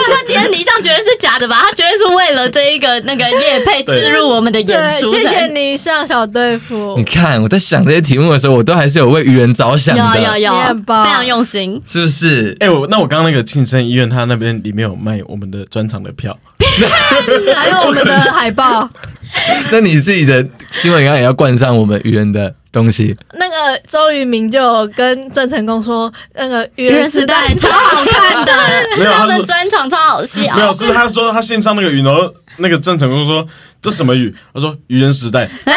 Speaker 3: 那今天你上绝对是假的吧？他绝对是为了这一个那个叶配植入我们的演
Speaker 2: 对，
Speaker 3: 出。
Speaker 2: 谢谢你上小队服
Speaker 3: 哦
Speaker 4: 你，看我在想这些题目的时候，我都还是有为愚人着想
Speaker 3: 有
Speaker 4: 的，
Speaker 3: 有有
Speaker 2: 你很，棒
Speaker 3: 非常用心。
Speaker 4: 是不是？
Speaker 1: 哎、我那我刚刚那个庆生医院，他那边里面有卖我们的专场的 票，
Speaker 2: 还有我们的海报，
Speaker 4: 哎那你自己的新闻应该也要冠上我们愚人的东西。
Speaker 2: 那个周渝民就有跟郑成功说，那个愚
Speaker 3: 愚人
Speaker 2: 人
Speaker 3: 时
Speaker 2: 时
Speaker 3: 代
Speaker 2: 代
Speaker 3: 超好看的，
Speaker 1: 没有啊
Speaker 3: 他
Speaker 1: 他
Speaker 3: 们
Speaker 1: 说
Speaker 3: 专场超好哦笑。
Speaker 1: 没有是他说他线上那个雨，然后那个郑成功说这什么雨？他说愚人时代。
Speaker 2: 哎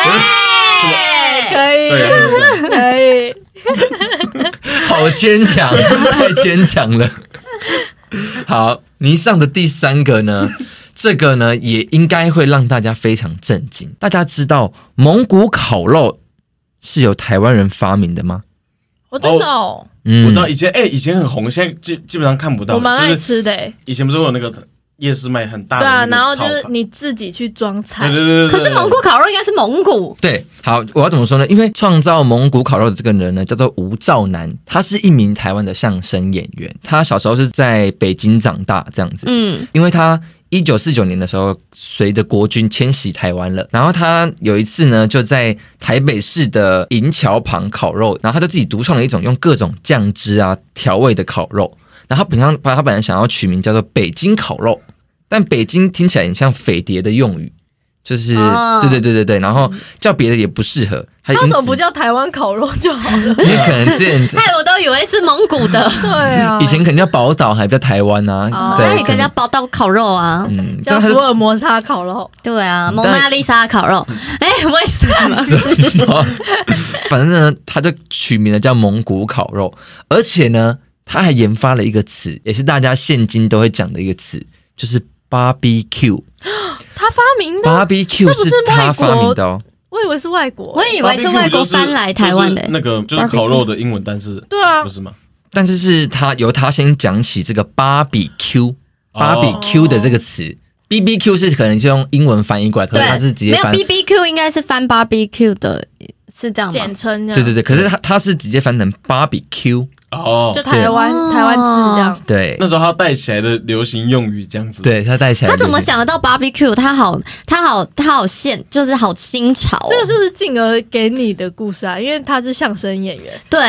Speaker 3: 哎，
Speaker 2: 可
Speaker 1: 对，
Speaker 2: 以可以，
Speaker 4: 好牵 强，太牵强了。好，你上的第三个呢，这个呢也应该会让大家非常震惊。大家知道蒙古烤肉是由台湾人发明的吗？
Speaker 2: 我真的哦，
Speaker 4: 嗯
Speaker 1: 我知道以前哎、以前很红，现在基基本上看不到
Speaker 2: 我蛮
Speaker 1: 了。
Speaker 2: 爱
Speaker 1: 就是
Speaker 2: 吃的欸，
Speaker 1: 以前不是会有那个夜市卖很大
Speaker 2: 对
Speaker 1: 的那
Speaker 2: 啊，
Speaker 1: 个
Speaker 2: 然后就
Speaker 1: 炒
Speaker 2: 是
Speaker 1: 盘
Speaker 2: 你自己去装
Speaker 1: 对
Speaker 2: 菜
Speaker 1: 对，对对对
Speaker 3: 可是蒙古烤肉应该是蒙古，
Speaker 4: 对，好，我要怎么说呢？因为创造蒙古烤肉的这个人呢，叫做吴兆南，他是一名台湾的相声演员。他小时候是在北京长大，这样子。
Speaker 3: 嗯，
Speaker 4: 因为他一九四九年的时候，随着国军迁徙台湾了，然后他有一次呢，就在台北市的银桥旁烤肉，然后他就自己独创了一种用各种酱汁啊调味的烤肉。然后他本想，他本来想要取名叫做北京烤肉，但北京听起来很像匪谍的用语，就是、
Speaker 3: 哦
Speaker 4: 对对对对对，然后叫别的也不适合，他
Speaker 2: 那
Speaker 4: 因
Speaker 2: 为
Speaker 4: 此
Speaker 2: 什么不叫台湾烤肉就好了？
Speaker 4: 因为可能之前
Speaker 3: 害我都以为是蒙古的。
Speaker 2: 对啊，
Speaker 4: 以前可能叫宝岛，还不叫台湾啊，
Speaker 3: 哦，
Speaker 4: 对，
Speaker 3: 那你
Speaker 4: 可
Speaker 3: 跟人
Speaker 4: 能
Speaker 3: 家包到烤肉啊？
Speaker 4: 嗯，
Speaker 2: 叫
Speaker 4: 但他
Speaker 2: 福
Speaker 4: 就
Speaker 2: 尔摩沙烤肉，
Speaker 3: 对啊，蒙
Speaker 4: 但
Speaker 3: 娜丽莎烤肉。哎，为什 么？
Speaker 4: 啊反正呢，他就取名了叫蒙古烤肉，而且呢，他还研发了一个词，也是大家现今都会讲的一个词，就是 barbecue。
Speaker 2: 他发明的，
Speaker 4: barbecue
Speaker 2: 这不是
Speaker 4: 他
Speaker 2: 外国
Speaker 4: 发明的哦，
Speaker 2: 我以为是外国
Speaker 3: 我，以
Speaker 1: 啊
Speaker 3: 为是外国翻来台湾的
Speaker 1: 就是。那个就是烤肉的英文单词，
Speaker 2: 对啊
Speaker 1: 不，是吗？
Speaker 4: 但是是他由他先讲起这个 barbecue
Speaker 1: 哦
Speaker 4: barbecue 的这个词。B B Q 是可能就用英文翻译过来，可
Speaker 3: 对
Speaker 4: 是他是直，接
Speaker 3: 没有
Speaker 4: 翻
Speaker 3: B B Q 应该是翻 barbecue 的，是这样吗
Speaker 2: 简？称这样
Speaker 4: 对对对，可是他他是直接翻成 barbecue，
Speaker 1: 哦
Speaker 2: 就，台湾
Speaker 3: 对
Speaker 2: 台湾字这样。
Speaker 4: 对
Speaker 1: 那时候他带起来的流行用语这样子，，
Speaker 4: 对，他带起来。
Speaker 3: 他怎么？想得到 barbecue？他好，他好，他好现，就是好新潮哦。
Speaker 2: 这个是不是静儿给你的故事啊？因为他是相声演员，
Speaker 3: 对，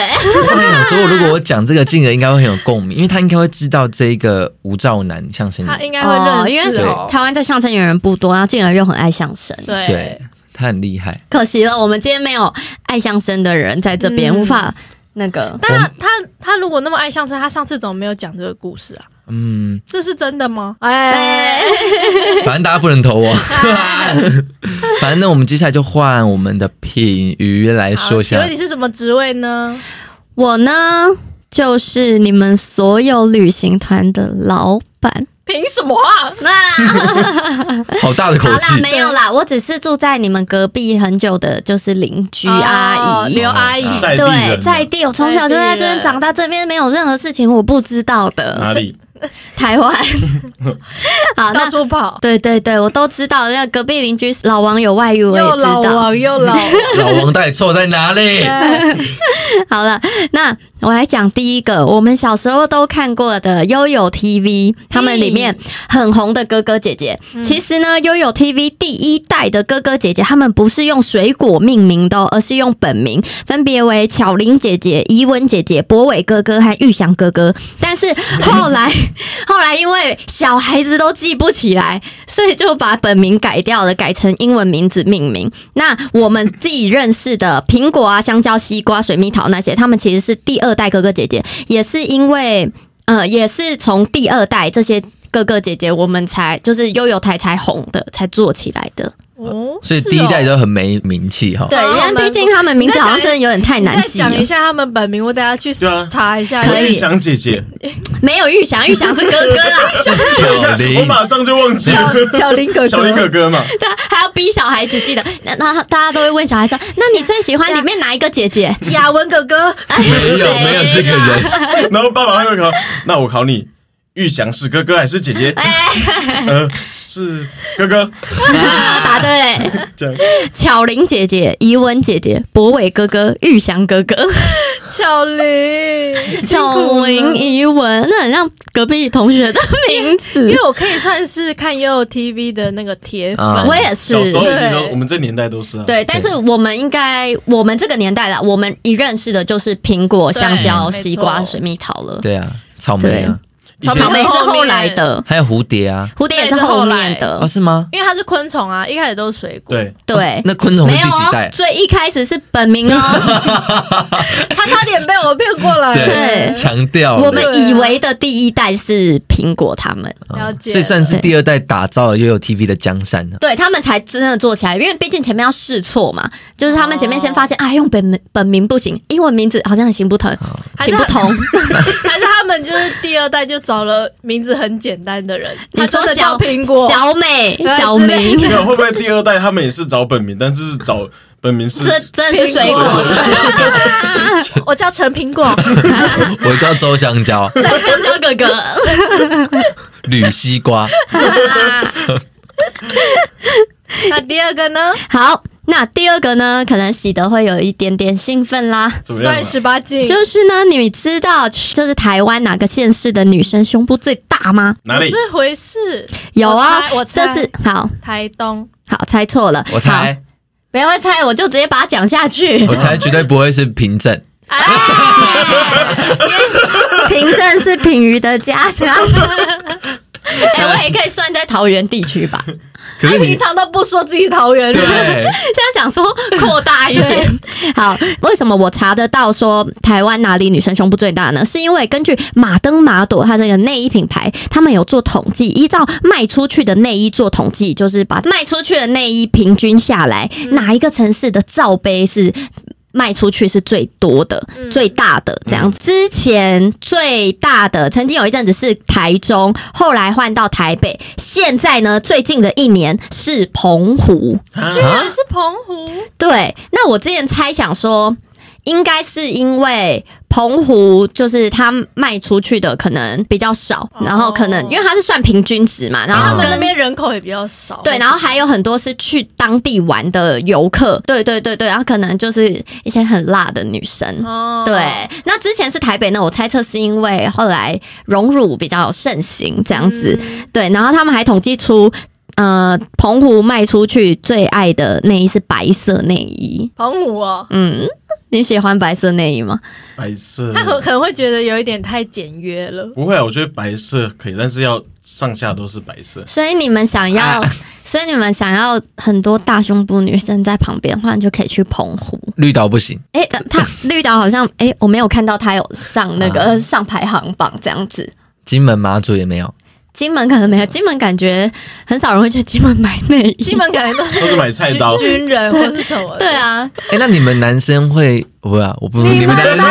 Speaker 4: 他们想说，如果我讲这个，静儿应该会很有共鸣，因为他应该会知道这个吴兆南相声演
Speaker 2: 他
Speaker 4: 员，
Speaker 2: 应该会
Speaker 3: 因
Speaker 2: 认识
Speaker 3: 为
Speaker 2: 哦。
Speaker 3: 台湾在相声演员不多，然后进而又很爱相声。
Speaker 2: 对
Speaker 4: 对他很厉害。
Speaker 3: 可惜了，我们今天没有爱相声的人在这边，
Speaker 2: 嗯
Speaker 3: 无法那个。
Speaker 4: 嗯
Speaker 2: 但他他他如果那么爱相声，他上次怎么没有讲这个故事啊？
Speaker 4: 嗯，
Speaker 2: 这是真的吗？哎，
Speaker 4: 反正大家不能投我。反正那我们接下来就换我们的品鱼来
Speaker 2: 好
Speaker 4: 说一
Speaker 2: 请
Speaker 4: 下
Speaker 2: 问你，是什么职位呢？
Speaker 3: 我呢，就是你们所有旅行团的老板。
Speaker 2: 凭什么啊？
Speaker 3: 那、
Speaker 4: 好大的口
Speaker 3: 好啦，
Speaker 4: 气。
Speaker 3: 没有啦，我只是住在你们隔壁很久的，就是邻居阿
Speaker 2: 哦
Speaker 3: 姨。
Speaker 2: 刘阿姨，
Speaker 4: 哦
Speaker 1: 在地人
Speaker 3: 对，
Speaker 1: 啊
Speaker 3: 在地，我从小就在这边长大，这边没有任何事情我不知道
Speaker 1: 哪
Speaker 3: 的。
Speaker 1: 里？
Speaker 3: 台 湾，好，那
Speaker 2: 到处跑，
Speaker 3: 对对对，我都知道。那隔壁邻居老王有外遇，我也
Speaker 2: 又
Speaker 3: 知
Speaker 2: 老
Speaker 3: 道。
Speaker 2: 王又老 王，
Speaker 4: 老王到底错在哪里？
Speaker 3: 啊好了，那我来讲第一个，我们小时候都看过的悠悠 TV，他们里面很红的哥哥姐姐。其实呢，悠悠 TV 第一代的哥哥姐姐，他们不是用水果命名的哦、而是用本名，分别为巧玲姐姐、怡文姐姐、博伟哥哥和玉祥哥哥。但是后来，后来因为小孩子都记不起来，所以就把本名改掉了，改成英文名字命名。那我们自己认识的苹果啊、香蕉、西瓜、水蜜桃那些，他们其实是第二代哥哥姐姐，也是因为呃，也是从第二代这些哥哥姐姐，我们才就是悠悠台才红的，才做起来的。
Speaker 2: 哦，
Speaker 4: 所以
Speaker 2: 是
Speaker 4: 第一
Speaker 2: 哦
Speaker 4: 代就很没名气哈。
Speaker 3: 对，
Speaker 2: 哦
Speaker 3: 因为毕竟他们名字好像真的有点太
Speaker 2: 你
Speaker 3: 难
Speaker 2: 再
Speaker 3: 记了
Speaker 2: 讲。一下他们本名，我等下去
Speaker 1: 对啊
Speaker 2: 查一下。
Speaker 3: 可以
Speaker 1: 玉祥姐姐，
Speaker 3: 没有玉祥，玉祥是哥哥啊，
Speaker 4: 巧
Speaker 1: 我
Speaker 4: 玲，
Speaker 1: 马上就忘记了。
Speaker 2: 小林哥哥，
Speaker 1: 小林哥哥 嘛，
Speaker 3: 对啊，还要逼小孩子记得。那那大家都会问小孩说：“那你最喜欢里面哪一个姐 姐
Speaker 2: 雅文哥哥，
Speaker 4: 没有没有这个人，
Speaker 3: 哎
Speaker 1: 然后爸爸会考，那我考你，玉祥是哥哥还是姐姐？
Speaker 3: 哎
Speaker 1: 呃，是哥哥。？”
Speaker 3: 答对啊嘞。
Speaker 1: 这样
Speaker 3: 巧玲姐姐、怡文姐姐、博伟哥哥、玉祥哥哥、
Speaker 2: 小林，
Speaker 3: 巧玲、怡文，那很像隔壁同学的名字
Speaker 2: 因。为我可以算是看 YO TV 的那个铁粉，
Speaker 4: 啊
Speaker 3: 我也是
Speaker 1: 小，时候一定都，
Speaker 2: 对
Speaker 1: 我们这年代都是啊。
Speaker 3: 对，但是我们应该，我们这个年代啦，我们一认识的就是苹果、
Speaker 2: 对
Speaker 3: 香蕉、
Speaker 2: 没错
Speaker 3: 西瓜、水蜜桃了。
Speaker 4: 对啊，草莓啊，
Speaker 1: 以前
Speaker 3: 草莓是后来的，
Speaker 4: 还有蝴蝶啊，
Speaker 3: 蝴蝶也是后面
Speaker 4: 啊
Speaker 3: 的。
Speaker 4: 是吗？
Speaker 2: 因为它是昆虫啊，一开始都是水果，
Speaker 1: 对，
Speaker 3: 对，
Speaker 4: 那昆虫是
Speaker 3: 没
Speaker 4: 第
Speaker 3: 有
Speaker 4: 几
Speaker 3: 哦
Speaker 4: 代，？
Speaker 3: 最一开始是本名 哦，
Speaker 2: 他差点被我骗过来。
Speaker 3: 对
Speaker 4: 强调了
Speaker 3: 我们以为的第一代是苹果他们。
Speaker 2: 了
Speaker 4: 啊
Speaker 2: 解
Speaker 4: 所以算是第二代打造了悠悠 TV 的江山呢。
Speaker 3: 对他们才真的做起来，因为毕竟前面要试错嘛，就是他们前面先发现、
Speaker 2: 哦
Speaker 3: 啊，用本名本名不行，英文名字好像很行不通，行不通。
Speaker 2: 还是他们就是第二代就找了名字很简单的人，
Speaker 3: 你说
Speaker 2: 他真的
Speaker 3: 小
Speaker 2: 叫苹果，
Speaker 3: 小美、
Speaker 2: 对
Speaker 3: 小
Speaker 2: 之
Speaker 3: 明
Speaker 1: 没，有会不会第二代他们也是找本名，但是是找本名是
Speaker 3: 这真的是水
Speaker 1: 苹
Speaker 3: 果
Speaker 1: 果。
Speaker 2: 我叫陈苹果，
Speaker 4: 我叫周香 蕉，
Speaker 3: 香蕉哥哥，
Speaker 4: 吕西瓜，
Speaker 2: 那第二个呢？
Speaker 3: 好，那第二个呢，可能喜德会有一点点兴奋啦。
Speaker 1: 怎么样啊
Speaker 2: 对，？十八禁，
Speaker 3: 就是呢，你知道就是台湾哪个县市的女生胸部最大吗？
Speaker 1: 哪里？
Speaker 2: 这回事？
Speaker 3: 有啊
Speaker 2: 我猜，我
Speaker 3: 这
Speaker 2: 猜
Speaker 3: 是好
Speaker 2: 台东，
Speaker 3: 好猜错了。
Speaker 4: 我
Speaker 3: 好，
Speaker 4: 猜
Speaker 3: 不要再猜，我就直接把它讲下去。
Speaker 4: 我猜绝对不会是平整，
Speaker 3: 哎
Speaker 2: 哎
Speaker 3: 平镇是品瑜的家乡。哎、我也可以算在桃园地区吧。哎
Speaker 4: 可是
Speaker 2: 他
Speaker 4: 你
Speaker 2: 平常都不说自己桃园人，
Speaker 4: 对
Speaker 3: 现在想说扩大一点。好，为什么我查得到说台湾哪里女生胸部最大呢？是因为根据马登马朵它这个内衣品牌，他们有做统计，依照卖出去的内衣做统计，就是把卖出去的内衣平均下来，哪一个城市的罩杯是。卖出去是最多的、最大的这样。之前最大的曾经有一阵子是台中，后来换到台北，现在呢最近的一年是澎湖。
Speaker 2: 居
Speaker 1: 啊
Speaker 4: 啊
Speaker 2: 然是澎湖，
Speaker 3: 对，那我之前猜想说，应该是因为澎湖就是它卖出去的可能比较少，然后可能因为它是算平均值嘛，然
Speaker 2: 他
Speaker 3: 后
Speaker 2: 们那
Speaker 3: 跟。
Speaker 2: 边人口也比较少，
Speaker 3: 对，然后还有很多是去当地玩的游客，对对对对，然后可能就是一些很辣的女生，
Speaker 2: 哦
Speaker 3: 嗯对。那之前是台北呢，我猜测是因为后来荣辱比较盛行这样子，
Speaker 2: 嗯
Speaker 3: 对，然后他们还统计出，呃，澎湖卖出去最爱的内衣是白色内衣，
Speaker 2: 澎湖哦，
Speaker 3: 嗯，你喜欢白色内衣吗？
Speaker 1: 白色
Speaker 2: 他可可能会觉得有一点太简约了。
Speaker 1: 不会啊，我觉得白色可以，但是要上下都是白色。
Speaker 3: 所以你们想要，
Speaker 4: 啊
Speaker 3: 所以你们想要很多大胸部女生在旁边的话，你就可以去澎湖。
Speaker 4: 绿岛不行，
Speaker 3: 诶， 他绿岛好像诶，我没有看到他有上那个、
Speaker 4: 啊
Speaker 3: 上排行榜这样子。
Speaker 4: 金门、马祖也没有，
Speaker 3: 金门可能
Speaker 4: 啊
Speaker 3: 没有，金门感觉很少人会去金门买内衣。
Speaker 2: 基本感觉都是
Speaker 1: 都是买菜刀。
Speaker 2: 军人或是什么的。
Speaker 3: 对啊，
Speaker 4: 哎、那你们男生会不会啊？我不，你们男生，你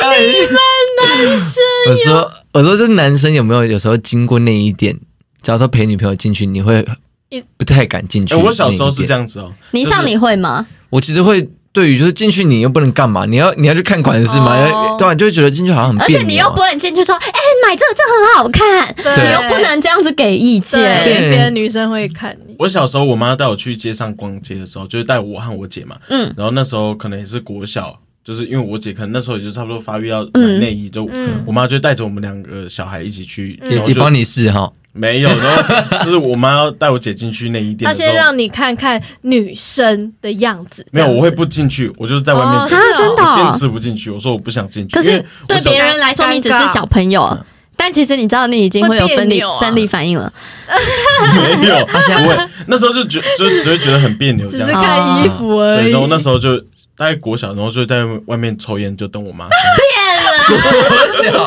Speaker 4: 们男生，我说我说，这男生有没有有时候经过那一点，假如说陪女朋友进去，你会
Speaker 2: 一
Speaker 4: 不太敢进去、
Speaker 1: 哎、我小时候是这
Speaker 4: 样，
Speaker 1: 样子哦，
Speaker 3: 你
Speaker 1: 就是
Speaker 3: 上你会吗？
Speaker 4: 我其实会对于就是进去你又不能干嘛，你要你要去看款式嘛，
Speaker 2: 哦
Speaker 4: 对啊，你就会觉得进去好像很
Speaker 3: 而
Speaker 4: 别扭啊、
Speaker 3: 且你又不能进去说，哎、买这个这个很好看，
Speaker 2: 对
Speaker 3: 你又不能这样子给意见。
Speaker 2: 对，
Speaker 4: 对
Speaker 2: 别的女生会看你。
Speaker 1: 我小时候我妈带我去街上逛街的时候，就是带我和我姐嘛，
Speaker 3: 嗯，
Speaker 1: 然后那时候可能也是国小，就是因为我姐可能那时候也就差不多发育到买内衣，就
Speaker 2: 嗯
Speaker 1: 我妈就带着我们两个小孩一起去，
Speaker 2: 嗯
Speaker 4: 也
Speaker 1: 然后
Speaker 4: 也
Speaker 1: 就
Speaker 4: 帮你试哈，
Speaker 1: 没有，然后就是我妈要带我姐进去内衣店
Speaker 2: 他
Speaker 1: 的时
Speaker 2: 先
Speaker 1: 候，
Speaker 2: 让你看看女生的样子，
Speaker 1: 没有，
Speaker 2: 这样子
Speaker 1: 我会不进去，我就是在外面
Speaker 2: 哦
Speaker 1: 等，
Speaker 3: 啊，真的
Speaker 1: 我坚
Speaker 3: 哦、
Speaker 1: 持不进去，我说我不想进去，
Speaker 3: 可
Speaker 1: 因
Speaker 3: 是
Speaker 1: 为我
Speaker 3: 对
Speaker 1: 小
Speaker 3: 别人来说，你只是小朋友，但其实你知道，你已经会有
Speaker 2: 会别
Speaker 3: 生理
Speaker 2: 扭啊
Speaker 3: 生理反应了。
Speaker 1: 没有， 不会，那时候就觉就只会觉得很别扭
Speaker 2: 只
Speaker 1: 这
Speaker 2: 是
Speaker 1: 样子，
Speaker 2: 看衣服而
Speaker 1: 哦对，
Speaker 2: 已。
Speaker 1: 然后那时候就大概国小，然后就在外面抽烟，就等我妈，
Speaker 4: 我小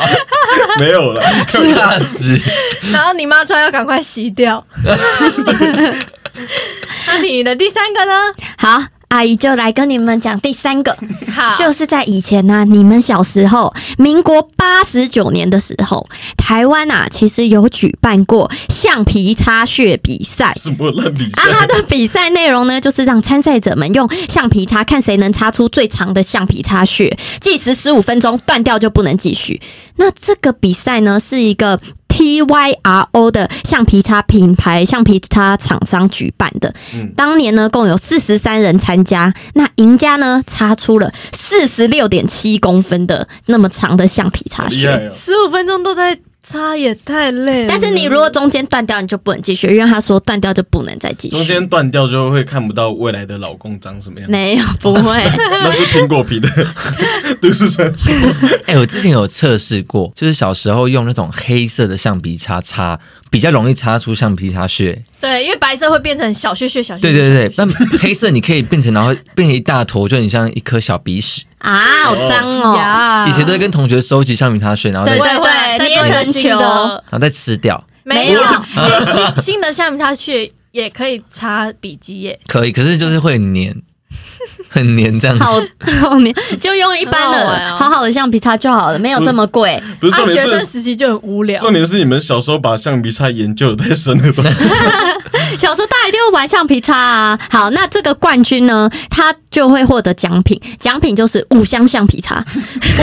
Speaker 1: 没有了。
Speaker 4: 吓死，
Speaker 2: 然后你妈穿要赶快洗掉。那你的第三个呢？
Speaker 3: 好，阿姨就来跟你们讲第三个，
Speaker 2: 好，
Speaker 3: 就是在以前呢、你们小时候，民国八十九年的时候，台湾啊，其实有举办过橡皮擦屑比赛。
Speaker 1: 什么烂比
Speaker 3: 啊
Speaker 1: 赛，？
Speaker 3: 它的比赛内容呢，就是让参赛者们用橡皮擦看谁能擦出最长的橡皮擦屑，计时十五分钟，断掉就不能继续。那这个比赛呢，是一个 T Y R O 的橡皮擦品牌、橡皮擦厂商举办的。
Speaker 1: 嗯
Speaker 3: 当年呢，共有四十三人参加，那赢家呢，擦出了四十六点七公分的那么长的橡皮擦
Speaker 1: 厉
Speaker 3: 屑。
Speaker 1: 害哦！
Speaker 2: 十五分钟都在擦，也太累了。
Speaker 3: 但是你如果中间断掉，你就不能继续，因为他说断掉就不能再继续。
Speaker 1: 中间断掉就会看不到未来的老公长什么样，
Speaker 3: 没有，不会。
Speaker 1: 那是苹果皮的都市传说。
Speaker 4: 哎、我之前有测试过，就是小时候用那种黑色的橡皮擦擦，比较容易擦出橡皮擦屑。
Speaker 2: 对，因为白色会变成小屑屑、小屑屑。
Speaker 4: 对
Speaker 3: 嗯
Speaker 4: 对对，但黑色你可以变成，然后变成一大坨，就很像一颗小鼻屎。
Speaker 3: 啊，好脏哦！
Speaker 2: 呀
Speaker 4: 以前都会跟同学收集橡皮擦屑，然后再
Speaker 3: 对
Speaker 2: 对啊
Speaker 4: 然
Speaker 2: 对
Speaker 3: 对
Speaker 2: 对，
Speaker 3: 捏成球
Speaker 4: 后再吃掉，
Speaker 2: 没有
Speaker 3: 没有
Speaker 2: 新新的橡皮擦屑也可以擦笔记耶。
Speaker 4: 可以，可是就是会很黏，很黏这样子。
Speaker 3: 好好黏，就用一般
Speaker 2: 很好玩
Speaker 3: 的
Speaker 2: 哦
Speaker 3: 好好的橡皮擦就好了，没有这么 贵。
Speaker 1: 不是
Speaker 2: 啊，
Speaker 1: 重
Speaker 2: 学
Speaker 1: 点
Speaker 2: 生
Speaker 1: 是，
Speaker 2: 时期就很无聊。
Speaker 1: 重点是你们小时候把橡皮擦研究的太深了吧？
Speaker 3: 小时候大家一定会玩橡皮擦啊。好，那这个冠军呢，他就会获得奖品，奖品就是五箱橡皮擦，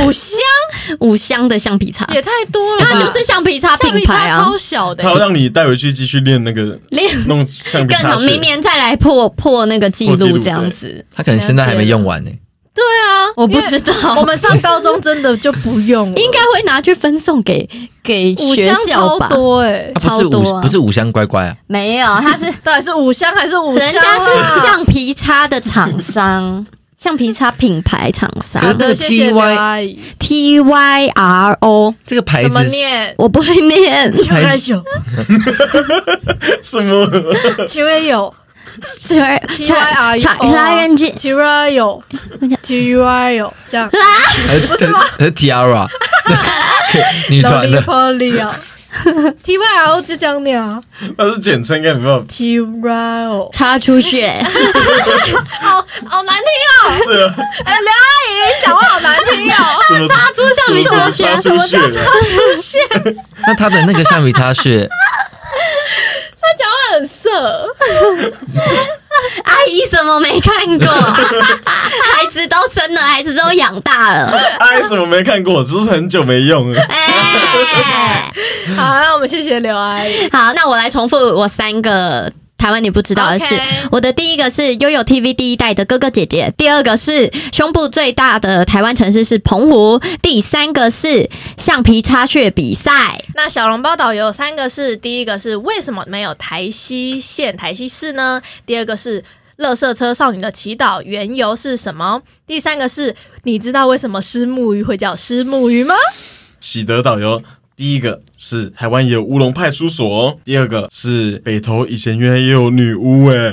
Speaker 2: 五箱
Speaker 3: 五箱的橡皮擦。
Speaker 2: 也太多了吧，
Speaker 3: 它就是橡皮擦
Speaker 2: 橡
Speaker 3: 品
Speaker 2: 皮
Speaker 3: 牌
Speaker 2: 擦
Speaker 3: 啊
Speaker 2: 超，小的欸
Speaker 1: 他要让你带回去继续练那个
Speaker 3: 练
Speaker 1: 弄橡皮
Speaker 3: 更
Speaker 1: 擦
Speaker 3: 好，
Speaker 1: 屑。
Speaker 3: 明年再来破破那个记
Speaker 1: 破纪
Speaker 3: 录
Speaker 1: 录
Speaker 3: 这样子。
Speaker 4: 他可能现在还没用完呢、
Speaker 2: 对啊，
Speaker 3: 我不
Speaker 2: 因为
Speaker 3: 知道，
Speaker 2: 我们上高中真的就不用了，
Speaker 3: 应该会拿去分送给给
Speaker 2: 五
Speaker 3: 学
Speaker 2: 箱
Speaker 3: 校
Speaker 2: 超
Speaker 3: 吧？
Speaker 2: 多哎
Speaker 4: 啊，不是
Speaker 3: 超多
Speaker 4: 五、
Speaker 3: 啊
Speaker 4: 不是五香乖乖啊，
Speaker 3: 没有，他是
Speaker 2: 到底是五箱还是五箱啊？
Speaker 3: 人家是橡皮擦的厂商， 橡皮擦品牌厂
Speaker 4: 可
Speaker 3: 商
Speaker 4: 是
Speaker 2: 的，
Speaker 4: 那个
Speaker 2: 谢谢刘
Speaker 4: TY
Speaker 2: 阿姨，
Speaker 3: T Y R O，
Speaker 4: 这个牌
Speaker 2: 怎么
Speaker 4: 子是
Speaker 2: 念？
Speaker 3: 我不会念，
Speaker 2: 请问有？
Speaker 1: 什么？
Speaker 2: 请问有
Speaker 3: 全全
Speaker 2: T Y R
Speaker 3: 全
Speaker 2: U
Speaker 3: 全认真，
Speaker 2: ？T Y 有？T Y 有？这 样
Speaker 4: 还是还是 Tiara 女团的
Speaker 2: Lollipop 啊，T Y L 就这样念啊
Speaker 1: 那是简称，应该没办法。
Speaker 2: ，T Y L，
Speaker 3: 擦出血，
Speaker 2: 好好难听哦！
Speaker 1: 对啊，
Speaker 2: 哎，刘阿姨讲话好难听 哦。
Speaker 1: 什么
Speaker 3: 擦出橡皮擦
Speaker 1: 什么
Speaker 3: 血，
Speaker 1: 什么出血了？
Speaker 4: 那他的那个橡皮擦屑，
Speaker 2: 他讲话很色，
Speaker 3: 阿姨什么没看过？孩子都生了，孩子都养大了，
Speaker 1: 哎，什么没看过？只是很久没用了。
Speaker 3: 哎，
Speaker 2: 好，那我们谢谢刘阿姨。
Speaker 3: 好，那我来重复我三个。台湾你不知道的事
Speaker 2: OK
Speaker 3: 我的第一个是悠悠 TV 第一代的哥哥姐姐，第二个是胸部最大的台湾城市是澎湖，第三个是橡皮擦屑比赛。
Speaker 2: 那小笼包导游有三个是：第一个是为什么没有台西县台西市呢？第二个是。乐色车少女的祈祷缘由是什么？第三个是，你知道为什么虱目鱼会叫虱目鱼吗？
Speaker 1: 喜德导游。第一个是台湾也有乌龙派出所、哦，第二个是北投以前原来也有女巫哎、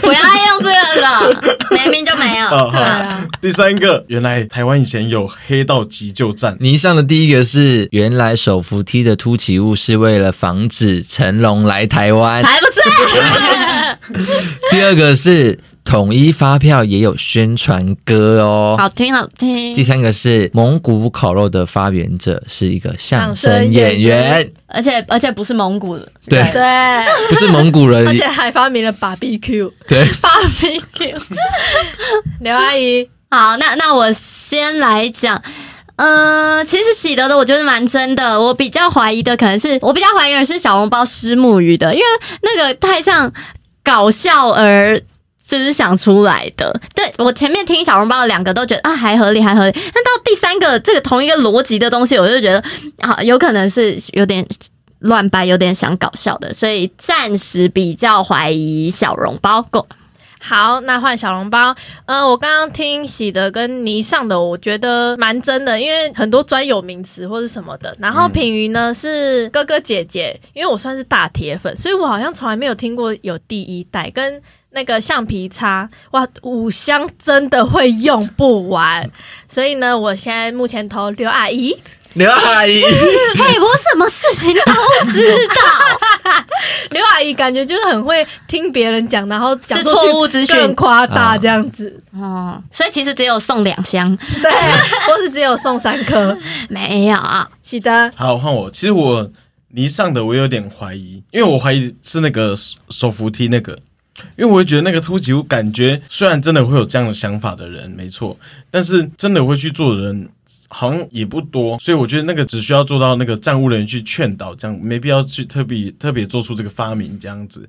Speaker 3: 不要用用这个了，明明就没有。
Speaker 2: 啊
Speaker 1: 哦
Speaker 3: 对
Speaker 1: 好第三个，原来台湾以前有黑道急救站，
Speaker 4: 你上的第一个是，原来手扶梯的凸起物是为了防止成龙来台湾。
Speaker 3: 才不是！
Speaker 4: 第二个是统一发票也有宣传歌哦。
Speaker 3: 好听好听
Speaker 4: 第，三个是蒙古烤肉的发源者是一个相声
Speaker 2: 相声
Speaker 4: 演
Speaker 2: 演
Speaker 4: 员，
Speaker 3: 而且而且不是蒙古的，
Speaker 4: 对，
Speaker 2: 对，啊 而
Speaker 4: 不是蒙古人，
Speaker 2: 且还发明了 BBQ，
Speaker 4: 对，
Speaker 2: BBQ。刘阿姨，
Speaker 3: 好，那那我先来讲。呃，其实喜得的我觉得蛮真的，我比较怀疑的可能是我比较怀疑的是小笼包虱目鱼的，因为那个太像搞笑而就是想出来的。对我前面听小笼包的两个都觉得啊还合理还合理，那到第三个这个同一个逻辑的东西，我就觉得好有可能是有点乱掰，有点想搞笑的，所以暂时比较怀疑小笼 包。Go
Speaker 2: 好，那换小笼包。嗯、我刚刚听喜德跟倪尚的，我觉得蛮真的，因为很多专有名词或是什么的。然后品瑜呢是哥哥姐姐，因为我算是大铁粉，所以我好像从来没有听过有第一代跟。那个橡皮擦，哇，五香真的会用不完，所以呢，我现在目前投刘阿姨。
Speaker 4: 刘阿姨，
Speaker 3: 嘿，我什么事情都知道。
Speaker 2: 刘阿姨感觉就是很会听别人讲，然后讲
Speaker 3: 是
Speaker 2: 出
Speaker 3: 错
Speaker 2: 去
Speaker 3: 误资讯
Speaker 2: 更夸
Speaker 4: 啊
Speaker 2: 大这样子。
Speaker 3: 哦，所以其实只有送两箱，
Speaker 2: 对，或是只有送三颗。
Speaker 3: 没有啊？
Speaker 2: 喜的，
Speaker 1: 好，换我。其实我泥上的我有点怀疑，因为我怀疑是那个手手扶梯那个，因为我会觉得那个突起物感觉虽然真的会有这样的想法的人没错，但是真的会去做的人。好像也不多，所以我觉得那个只需要做到那个站务人员去劝导，这样没必要去特别特别做出这个发明这样子，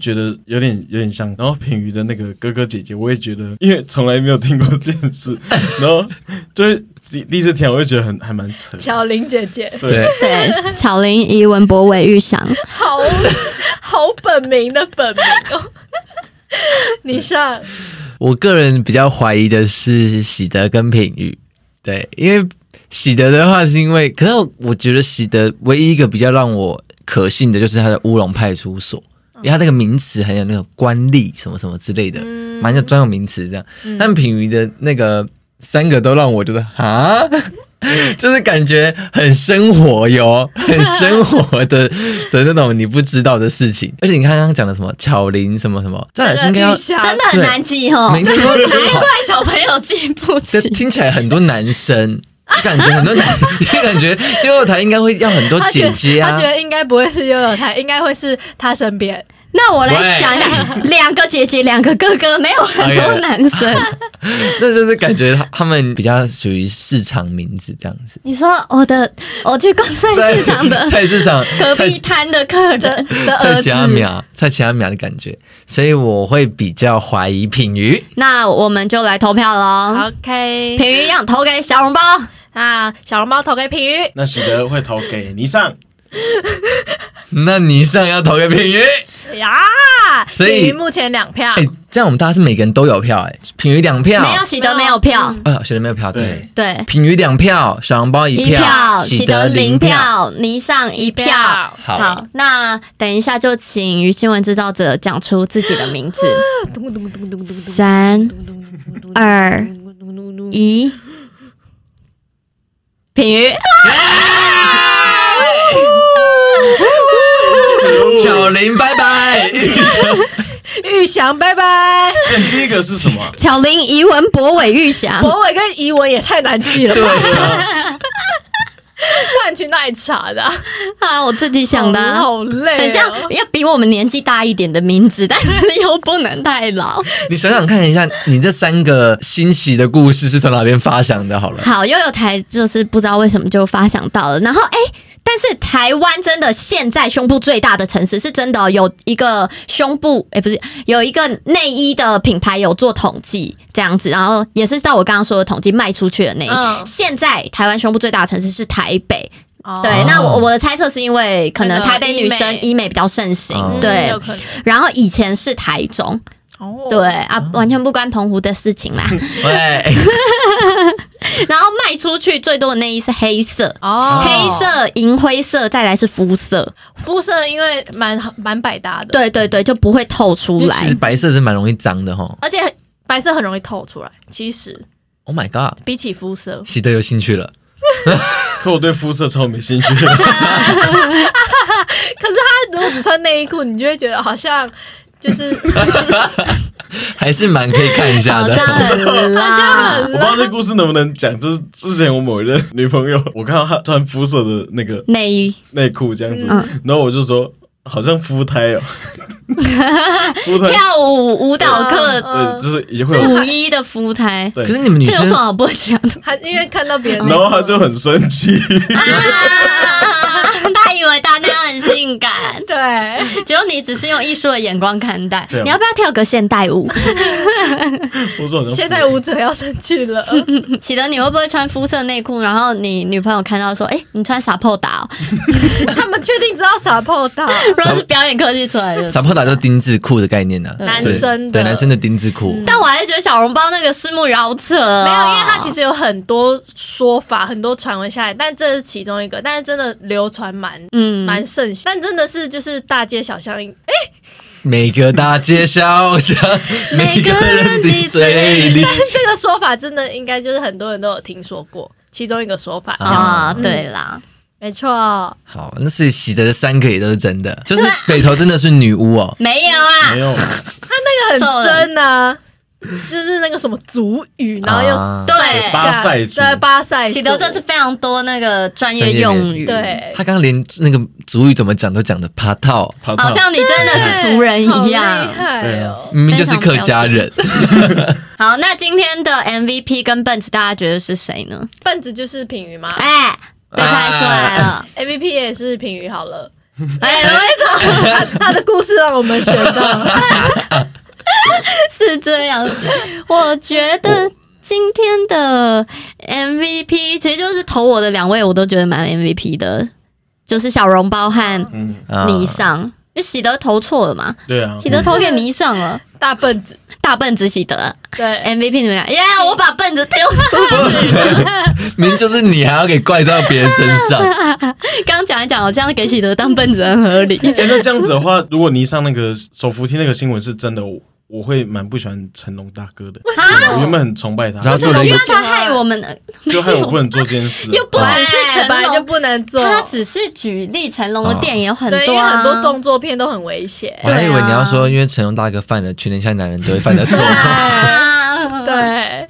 Speaker 1: 觉得有点有点像。然后品瑜的那个哥哥姐姐，我也觉得，因为从来没有听过这件事，然后就是第第一次听，我就觉得很还蛮扯。
Speaker 2: 巧玲姐姐，
Speaker 1: 对
Speaker 4: 对，
Speaker 3: 对，巧玲、怡文、博伟、玉祥，
Speaker 2: 好好本名的本名哦。你 上
Speaker 4: 我个人比较怀疑的是喜德跟品玉，对，因为喜德的话是因为，可是我觉得喜德唯一一个比较让我可信的就是他的乌龙派出所。因为他那个名词很有那种官吏什么什么之类的，蛮有专有名词这样。但品瑜的那个三个都让我觉得啊，就是感觉很生活哟，很生活的 的那种你不知道的事情。而且你看刚刚讲的什么巧玲什么什么，再来是应该要
Speaker 3: 真的很难记哦，
Speaker 4: 每个都都好，
Speaker 3: 怪小朋友记不
Speaker 4: 这
Speaker 3: 起。
Speaker 4: 听起来很多男生，就感觉很多男， 就感觉第二台应该会要很多
Speaker 2: 他觉
Speaker 4: 姐
Speaker 2: 得
Speaker 4: 姐啊
Speaker 2: 他觉。得应该不会是悠悠台，应该会是他身边。
Speaker 3: 那我来想一下，两个姐姐，两个哥哥，没有很多男生。
Speaker 4: 那就是感觉他他们比较属于市场名字这样子。
Speaker 3: 你说我的，我去逛菜市场的
Speaker 4: 对 菜市场
Speaker 3: 隔
Speaker 4: 菜
Speaker 3: 壁摊的客人的
Speaker 4: 蔡
Speaker 3: 儿
Speaker 4: 奇
Speaker 3: 子。
Speaker 4: 阿苗，蔡奇阿苗的感觉，所以我会比较怀疑品鱼。
Speaker 3: 那我们就来投票喽。
Speaker 2: OK，
Speaker 3: 平鱼一样投给小笼包，
Speaker 2: 那小笼包投给品瑜，
Speaker 1: 那喜德会投给尼尚，
Speaker 4: 那你上要投给品鱼？
Speaker 2: 哎呀，
Speaker 4: 所以
Speaker 2: 品瑜目前两票
Speaker 4: 哎、，这样我们大家是每个人都有票哎、品鱼两票，
Speaker 3: 没有喜得没有嗯票，
Speaker 4: 哎呦，雪人没有票，对
Speaker 1: 对，
Speaker 3: 对，
Speaker 4: 品鱼两票，小笼包一
Speaker 3: 一票，
Speaker 4: 喜
Speaker 3: 喜
Speaker 4: 得
Speaker 3: 得零
Speaker 4: 零票。
Speaker 3: 票，倪尚一票。
Speaker 2: 票
Speaker 4: 好
Speaker 3: 好，那等一下就请于新闻制造者讲出自己的 名字。三、二、一，品瑜，
Speaker 4: 巧玲，拜拜。
Speaker 2: 玉祥拜拜。
Speaker 1: 那哎第一个是什么？
Speaker 3: 巧玲、怡文、博伟、玉祥。
Speaker 2: 博伟跟怡文也太难记了吧？
Speaker 4: 对啊，
Speaker 2: 然去那里查的啊、
Speaker 3: 啊，我自己 想的啊。
Speaker 2: 好累、哦，
Speaker 3: 很像要比我们年纪大一点的名字，但是又不能太老。
Speaker 4: 你想想看一下，你这三个新奇的故事是从哪边发想的？好了，
Speaker 3: 好，悠悠台就是不知道为什么就发想到了，然后哎。但是台湾真的现在胸部最大的城市是真的哦有一个胸部，哎、不是有一个内衣的品牌有做统计这样子，然后也是照我刚刚说的统计卖出去的内衣。
Speaker 2: 嗯
Speaker 3: 现在台湾胸部最大的城市是台北，
Speaker 2: 哦
Speaker 3: 对。那我我的猜测是因为可能
Speaker 2: 那个
Speaker 3: 台北女
Speaker 2: 医美
Speaker 3: 生医美比较盛行，
Speaker 4: 哦
Speaker 2: 嗯
Speaker 3: 对
Speaker 2: 有。可能
Speaker 3: 然后以前是台中，
Speaker 2: 哦，
Speaker 3: 对啊，完全不关澎湖的事情啦。
Speaker 4: 对，
Speaker 3: 然后卖出去最多的内衣是黑色。
Speaker 2: 哦，
Speaker 3: 黑色、银灰色，再来是肤色，
Speaker 2: 肤色因为蛮蛮百搭的，，
Speaker 3: 对对对，就不会透出
Speaker 4: 因为其
Speaker 3: 来
Speaker 4: 实。白色是蛮容易脏的哈。
Speaker 2: 而且白色很容易透出来。其实
Speaker 4: Oh my god，
Speaker 2: 比起肤色，
Speaker 4: 喜德有兴趣了。
Speaker 1: 可我对肤色超没 兴趣。
Speaker 2: 可是他如果只穿内衣裤，你就会觉得好像就是
Speaker 4: 还是蛮可以看一下
Speaker 3: 好
Speaker 4: 的。
Speaker 3: 像很辣，
Speaker 1: 我不知道这故事能不能讲，就是之前我某一任女朋 友，我看到她穿肤色的那个
Speaker 3: 内衣
Speaker 1: 内裤这样子，
Speaker 3: 嗯
Speaker 1: 然后我就说好像肤胎哦，肤胎，
Speaker 3: 跳嗯舞舞蹈课
Speaker 1: 对，就是也会有
Speaker 3: 舞衣的服胎，
Speaker 1: 对
Speaker 4: 可。是你们女
Speaker 3: 这有
Speaker 4: 生
Speaker 3: 什么好不讲的？
Speaker 2: 还因为看到别人内
Speaker 1: 然
Speaker 2: 裤，
Speaker 1: 后她就很生气，
Speaker 3: 啊 他以为大家很性感，
Speaker 2: 对，
Speaker 3: 结果你只是用艺术的眼光看待。
Speaker 1: 对啊
Speaker 3: 你要不要跳个现代舞？
Speaker 1: 我说好像
Speaker 2: 现
Speaker 1: 肤
Speaker 2: 在舞者要生气 了，
Speaker 3: 喜德，你会不会穿肤色内裤？然后你女朋友看到说：“哎、你穿傻破达、哦。
Speaker 2: 他们确定知道啥破 打，
Speaker 3: 不知道是表演科技出来的。
Speaker 4: 撒泡打就是丁字裤的概念呢、啊，
Speaker 2: 男
Speaker 4: 对
Speaker 2: 生的
Speaker 4: 对男生的丁字裤。
Speaker 3: 但我还是觉得小笼包那个私募也好扯、哦，
Speaker 2: 没有，因为它其实有很多说法，很多传闻下来，但这是其中一个，但是真的流传蛮
Speaker 3: 嗯
Speaker 2: 蛮盛行，但真的是就是大街小巷， 哎、
Speaker 4: 每个大街小巷，每个人的嘴里。
Speaker 2: 这个说法真的应该就是很多人都有听说过，其中一个说法，
Speaker 3: 啊、对啦，
Speaker 2: 没错，
Speaker 4: 好，那是喜德的三个也都是真的，就是北头真的是女巫 哦。
Speaker 3: 没有啊，
Speaker 1: 没有，
Speaker 2: 这个很真啊，就是那个什么族语，然后又
Speaker 4: 啊
Speaker 3: 对
Speaker 1: 巴塞族
Speaker 2: 在巴塞族，
Speaker 3: 喜德这次非常多那个专业用语，
Speaker 2: 专业对
Speaker 4: 他刚刚连那个主语怎么讲都讲的啪套，
Speaker 1: 怕
Speaker 3: 好
Speaker 1: 烫。
Speaker 3: 像你真的是族人一
Speaker 2: 好厉
Speaker 3: 样。
Speaker 2: 害
Speaker 1: 对啊
Speaker 2: 哦，
Speaker 4: 明明就是客家人。
Speaker 3: 好，那今天的 MVP 跟 Benz 大家觉得是谁呢？
Speaker 2: 笨子就是品鱼嘛
Speaker 3: 哎、被猜出来了，
Speaker 2: ，MVP 也是品鱼好了，
Speaker 3: 哎、为什么
Speaker 2: 他他的故事让我们学到。
Speaker 3: 是这样子？我觉得今天的 MVP 其实就是投我的两位，我都觉得蛮 MVP 的，就是小笼包和
Speaker 1: 嗯，
Speaker 4: 啊
Speaker 3: 霓裳，因为喜德投错了嘛，
Speaker 1: 对啊，
Speaker 3: 喜德投给霓裳了，
Speaker 2: 大笨子，
Speaker 3: 大笨子喜德
Speaker 2: 对，
Speaker 3: MVP 你们俩，耶、我把笨子丢 出去。
Speaker 4: 明明就是你，还要给怪到别人身上。
Speaker 3: 刚讲一讲，好像给喜德当笨子很合 理。
Speaker 1: 哎、那这样子的话，如果你上那个手扶梯那个新闻是真的，我我会蛮不喜欢成龙大哥的。我原本很崇拜他，
Speaker 4: 然后做了一
Speaker 3: 因
Speaker 4: 个
Speaker 3: 为他害我们，呃
Speaker 1: 就害我不能做这件事、
Speaker 3: 又不只是
Speaker 2: 哎本
Speaker 3: 成
Speaker 2: 来就
Speaker 3: 龙，
Speaker 2: 不能做，
Speaker 3: 他只是举例，成龙的电影有很
Speaker 2: 对，因
Speaker 3: 多、
Speaker 2: 为
Speaker 3: 啊、
Speaker 2: 很多动作片都很危险。
Speaker 4: 我还以为你要说，因为成龙大哥犯了全天下男人都会犯的错。
Speaker 3: 啊。
Speaker 2: 对，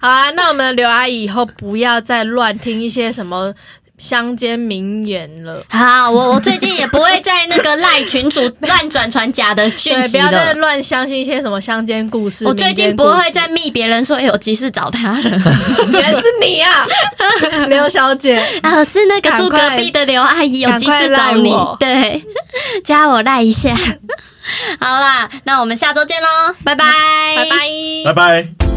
Speaker 2: 好啊，那我们的刘阿姨以后不要再乱听一些什么乡间名言了，
Speaker 3: 好，我我最近也不会在那个赖群主乱转传假的讯
Speaker 2: 对，不
Speaker 3: 息
Speaker 2: 要再
Speaker 3: 了。
Speaker 2: 乱相信一些什么乡间故事。
Speaker 3: 我最近
Speaker 2: 民间
Speaker 3: 不
Speaker 2: 故事
Speaker 3: 会再，密别人说，哎、有急事找他了。
Speaker 2: 原来是你啊， 刘小 姐，
Speaker 3: 啊，是那个
Speaker 2: 赶
Speaker 3: 住隔
Speaker 2: 快
Speaker 3: 壁的刘阿姨有
Speaker 2: 赶
Speaker 3: 急
Speaker 2: 快
Speaker 3: 事找
Speaker 2: 赖
Speaker 3: 你
Speaker 2: 我，
Speaker 3: 对， 加我赖 一下。好啦，那我们下周见喽，拜拜，
Speaker 2: 拜
Speaker 1: 拜
Speaker 2: 拜。
Speaker 1: 拜。